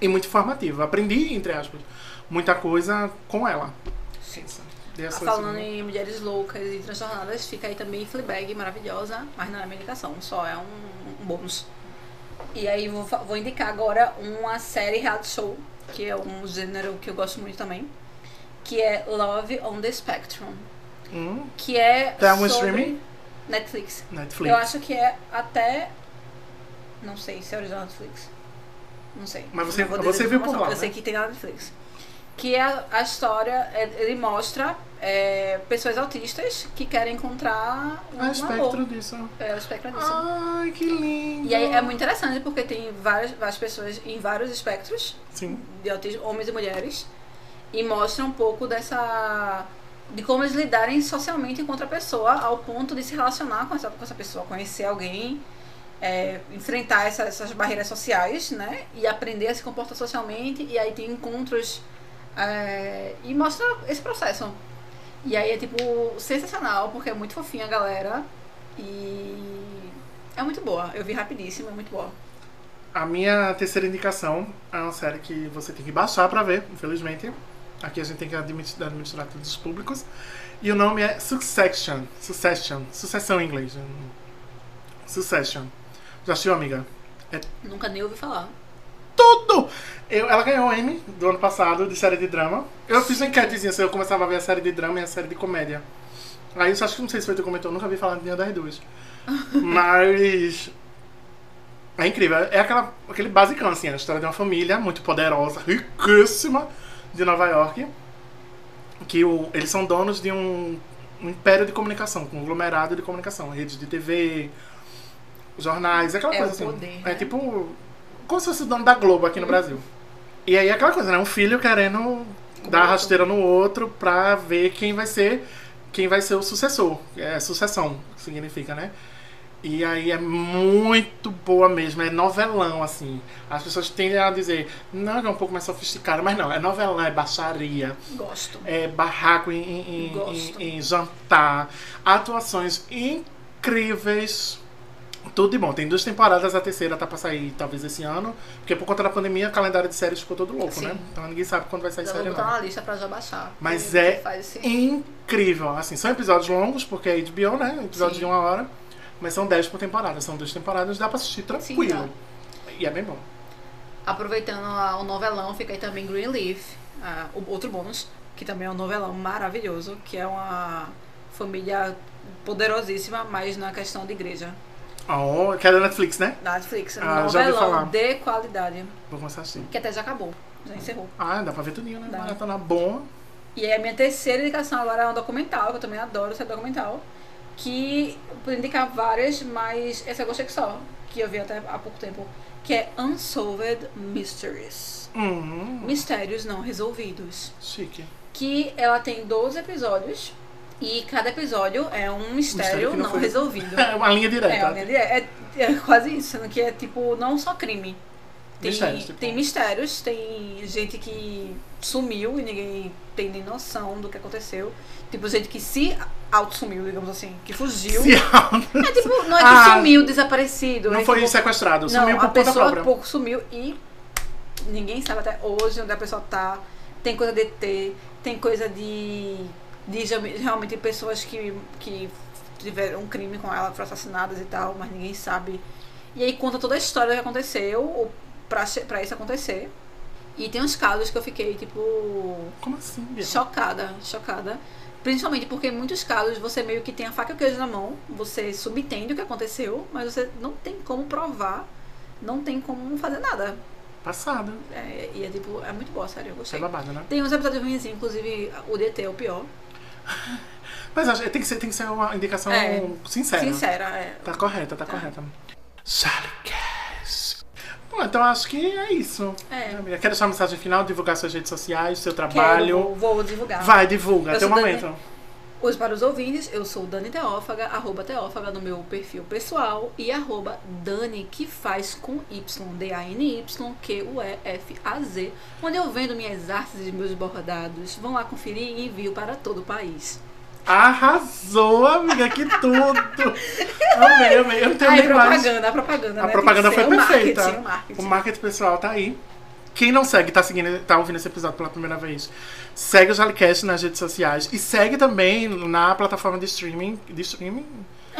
[SPEAKER 2] e muito informativa. Aprendi, entre aspas, muita coisa com ela. um,
[SPEAKER 1] Sim.
[SPEAKER 2] Dei a
[SPEAKER 1] Ah,
[SPEAKER 2] sua
[SPEAKER 1] Falando
[SPEAKER 2] segunda-
[SPEAKER 1] em mulheres loucas e transtornadas, fica aí também Fleabag, maravilhosa, mas não é uma indicação, só é um, um bônus. E aí vou, fa- vou indicar agora uma série reality show, que é um gênero que eu gosto muito também, que é Love on the Spectrum,
[SPEAKER 2] Hum,
[SPEAKER 1] que é
[SPEAKER 2] Tá no
[SPEAKER 1] sobre
[SPEAKER 2] streaming?
[SPEAKER 1] Netflix.
[SPEAKER 2] Netflix.
[SPEAKER 1] Eu acho que é até... não sei se é original Netflix. Não sei.
[SPEAKER 2] Mas você-
[SPEAKER 1] Não vou
[SPEAKER 2] você
[SPEAKER 1] dizer
[SPEAKER 2] viu por
[SPEAKER 1] informação,
[SPEAKER 2] lá,
[SPEAKER 1] Eu
[SPEAKER 2] né?
[SPEAKER 1] sei que tem na Netflix que é a, a história, é- ele mostra é, pessoas autistas que querem encontrar um
[SPEAKER 2] Ah, espectro Ah,
[SPEAKER 1] amor.
[SPEAKER 2] disso.
[SPEAKER 1] É, o espectro disso.
[SPEAKER 2] Ai, que lindo.
[SPEAKER 1] E aí é muito interessante porque tem várias, várias pessoas em vários espectros
[SPEAKER 2] Sim.
[SPEAKER 1] de autismo, homens e mulheres, e mostra um pouco dessa. de como eles lidarem socialmente com outra pessoa, ao ponto de se relacionar com essa, com essa pessoa, conhecer alguém, é, enfrentar essa- essas barreiras sociais, né? E aprender a se comportar socialmente, e aí tem encontros. é, e mostra esse processo. E aí é tipo sensacional, porque é muito fofinha a galera. E é muito boa. Eu vi rapidíssimo, é muito boa.
[SPEAKER 2] A minha terceira indicação é uma série que você tem que baixar pra ver, infelizmente. Aqui a gente tem que admitir- administrar todos os públicos. E o nome é Succession. Succession. Sucessão em inglês. né? Succession. Já assistiu, amiga?
[SPEAKER 1] Nunca nem ouvi falar.
[SPEAKER 2] Tudo! Eu- ela ganhou o Emmy do ano passado de série de drama. Eu fiz uma enquetezinha se eu começava a ver a série de drama e a série de comédia. Aí eu acho que não sei se foi tu que comentou, eu nunca vi falar de nenhuma das duas. Mas. É incrível. É aquela, aquele basicão, assim, a história de uma família muito poderosa, riquíssima, de Nova York. Que o, eles são donos de um, um império de comunicação, um conglomerado de comunicação, redes de TV, jornais, aquela
[SPEAKER 1] É
[SPEAKER 2] coisa
[SPEAKER 1] o
[SPEAKER 2] assim.
[SPEAKER 1] poder,
[SPEAKER 2] É
[SPEAKER 1] né? Uhum.
[SPEAKER 2] tipo. Como se fosse o dono da Globo aqui no Brasil. E aí é aquela coisa, né? Um filho querendo dar
[SPEAKER 1] outro.
[SPEAKER 2] rasteira no outro pra ver quem vai ser quem vai ser o sucessor. É sucessão, que significa, né? E aí é muito boa mesmo, é novelão, assim. As pessoas tendem a dizer, não, é um pouco mais sofisticado, mas não, é novelão, é baixaria
[SPEAKER 1] Gosto.
[SPEAKER 2] é, barraco em, em- em-
[SPEAKER 1] Gosto.
[SPEAKER 2] em- em jantar, atuações incríveis. Tudo de bom. Tem duas temporadas, a terceira tá pra sair talvez esse ano. Porque por conta da pandemia, o calendário de séries ficou todo louco,
[SPEAKER 1] Sim.
[SPEAKER 2] né? Então ninguém sabe quando vai sair
[SPEAKER 1] Já vou
[SPEAKER 2] série
[SPEAKER 1] botar
[SPEAKER 2] não.
[SPEAKER 1] na lista pra já baixar.
[SPEAKER 2] Mas
[SPEAKER 1] E
[SPEAKER 2] é
[SPEAKER 1] faz assim. esse-
[SPEAKER 2] Incrível. Assim, são episódios longos, porque é HBO, né? Episódios
[SPEAKER 1] Sim.
[SPEAKER 2] de uma hora. Mas são dez por temporada. São duas temporadas, dá pra assistir tranquilo. E é bem bom.
[SPEAKER 1] Aproveitando a- o novelão, fica aí também Greenleaf, ah, o outro bônus, que também é um novelão maravilhoso, que é uma família poderosíssima, mas na questão de igreja.
[SPEAKER 2] Oh, que é da Netflix, né?
[SPEAKER 1] Da Netflix, é um
[SPEAKER 2] Ah, já ouvi falar.
[SPEAKER 1] novelão de qualidade,
[SPEAKER 2] Vou começar a assistir.
[SPEAKER 1] que até já acabou, já encerrou.
[SPEAKER 2] Ah, dá pra ver tudinho, né?
[SPEAKER 1] Dá.
[SPEAKER 2] Maratona bom.
[SPEAKER 1] E aí a minha terceira indicação agora é um documental, que eu também adoro ser documental, que eu podia indicar várias, mas essa eu gostei que só, que eu vi até há pouco tempo, que é Unsolved Mysteries.
[SPEAKER 2] Hum,
[SPEAKER 1] Mistérios Não Resolvidos.
[SPEAKER 2] chique.
[SPEAKER 1] Que ela tem 12 episódios e cada episódio é um
[SPEAKER 2] Mistério
[SPEAKER 1] mistério
[SPEAKER 2] que não
[SPEAKER 1] não,
[SPEAKER 2] foi-
[SPEAKER 1] resolvido.
[SPEAKER 2] É uma linha direta.
[SPEAKER 1] É, né? é, é quase isso, sendo que é tipo, não só crime. Tem
[SPEAKER 2] Mistérios, tipo.
[SPEAKER 1] tem mistérios, tem gente que sumiu e ninguém tem nem noção do que aconteceu. Tipo, gente que se auto-sumiu, digamos assim, que fugiu.
[SPEAKER 2] Se
[SPEAKER 1] É tipo, não é que
[SPEAKER 2] Ah,
[SPEAKER 1] sumiu, desaparecido.
[SPEAKER 2] não
[SPEAKER 1] é
[SPEAKER 2] foi
[SPEAKER 1] tipo,
[SPEAKER 2] sequestrado,
[SPEAKER 1] não,
[SPEAKER 2] sumiu
[SPEAKER 1] a
[SPEAKER 2] por conta
[SPEAKER 1] pessoa
[SPEAKER 2] própria.
[SPEAKER 1] pouco sumiu e ninguém sabe até hoje onde a pessoa tá. Tem coisa de ET, tem coisa de, de ge- realmente pessoas que, que tiveram um crime com ela, foram assassinadas e tal, mas ninguém sabe. E aí conta toda a história que aconteceu ou pra, che- pra isso acontecer. E tem uns casos que eu fiquei, tipo,
[SPEAKER 2] Como assim, Bia?
[SPEAKER 1] Chocada, chocada. Principalmente porque em muitos casos você meio que tem a faca e o queijo na mão, você subentende o que aconteceu, mas você não tem como provar, não tem como fazer nada.
[SPEAKER 2] Passada.
[SPEAKER 1] É, e é tipo, é muito boa, sério, eu
[SPEAKER 2] É
[SPEAKER 1] gostei.
[SPEAKER 2] babada, né?
[SPEAKER 1] Tem uns episódios ruins, inclusive o DT é o pior.
[SPEAKER 2] Mas acho, tem, que ser, tem que ser uma indicação
[SPEAKER 1] É.
[SPEAKER 2] sincera.
[SPEAKER 1] Sincera, é.
[SPEAKER 2] Tá correta, tá, correta. Charlecast. Bom, então acho que é isso.
[SPEAKER 1] É.
[SPEAKER 2] Amiga, Quero só a mensagem final, divulgar suas redes sociais, seu
[SPEAKER 1] Quero,
[SPEAKER 2] trabalho.
[SPEAKER 1] vou, vou divulgar.
[SPEAKER 2] Vai, divulga,
[SPEAKER 1] Eu
[SPEAKER 2] até o
[SPEAKER 1] sou Dani-
[SPEAKER 2] momento.
[SPEAKER 1] Hoje, para os ouvintes, eu sou Dani Teófaga, arroba Teófaga no meu perfil pessoal e arroba Dani, que faz com Y, D-A-N-Y, Q-U-E-F-A-Z, onde eu vendo minhas artes e meus bordados. Vão lá conferir e envio para todo o país.
[SPEAKER 2] Arrasou, amiga, que tudo! amei, amei. Eu não tenho
[SPEAKER 1] Ah, e
[SPEAKER 2] nem mais.
[SPEAKER 1] propaganda, a propaganda,
[SPEAKER 2] A
[SPEAKER 1] né?
[SPEAKER 2] propaganda
[SPEAKER 1] Tem
[SPEAKER 2] foi
[SPEAKER 1] que ser o
[SPEAKER 2] perfeita.
[SPEAKER 1] Marketing, o marketing.
[SPEAKER 2] O marketing pessoal tá aí. Quem não segue, tá seguindo, tá ouvindo esse episódio pela primeira vez, segue o Jalicast nas redes sociais e segue também na plataforma de streaming. De streaming?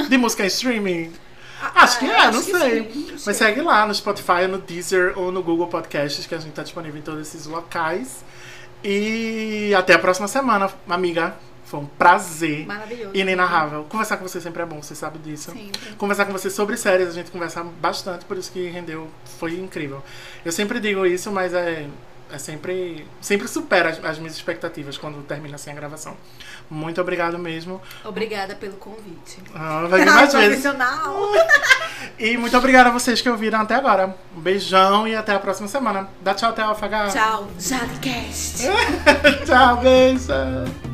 [SPEAKER 2] De música em streaming?
[SPEAKER 1] Ah,
[SPEAKER 2] Acho que é, não sei.
[SPEAKER 1] sim, não
[SPEAKER 2] Mas segue lá no Spotify, no Deezer ou no Google Podcasts, que a gente tá disponível em todos esses locais. E até a próxima semana, amiga. Foi um prazer
[SPEAKER 1] Maravilhoso.
[SPEAKER 2] inenarrável. Conversar com você sempre é bom, você sabe disso.
[SPEAKER 1] Sempre.
[SPEAKER 2] Conversar com você sobre séries, a gente conversa bastante, por isso que rendeu, foi incrível. Eu sempre digo isso, mas é, é sempre, sempre supera as, as minhas expectativas quando termina assim a gravação. Muito obrigado mesmo.
[SPEAKER 1] Obrigada pelo convite.
[SPEAKER 2] Ah, vai vir mais vezes.
[SPEAKER 1] Profissional.
[SPEAKER 2] E muito obrigado a vocês que ouviram até agora. Um beijão e até a próxima semana. Dá tchau, até a
[SPEAKER 1] Tchau. Jadcast.
[SPEAKER 2] tchau, beijo.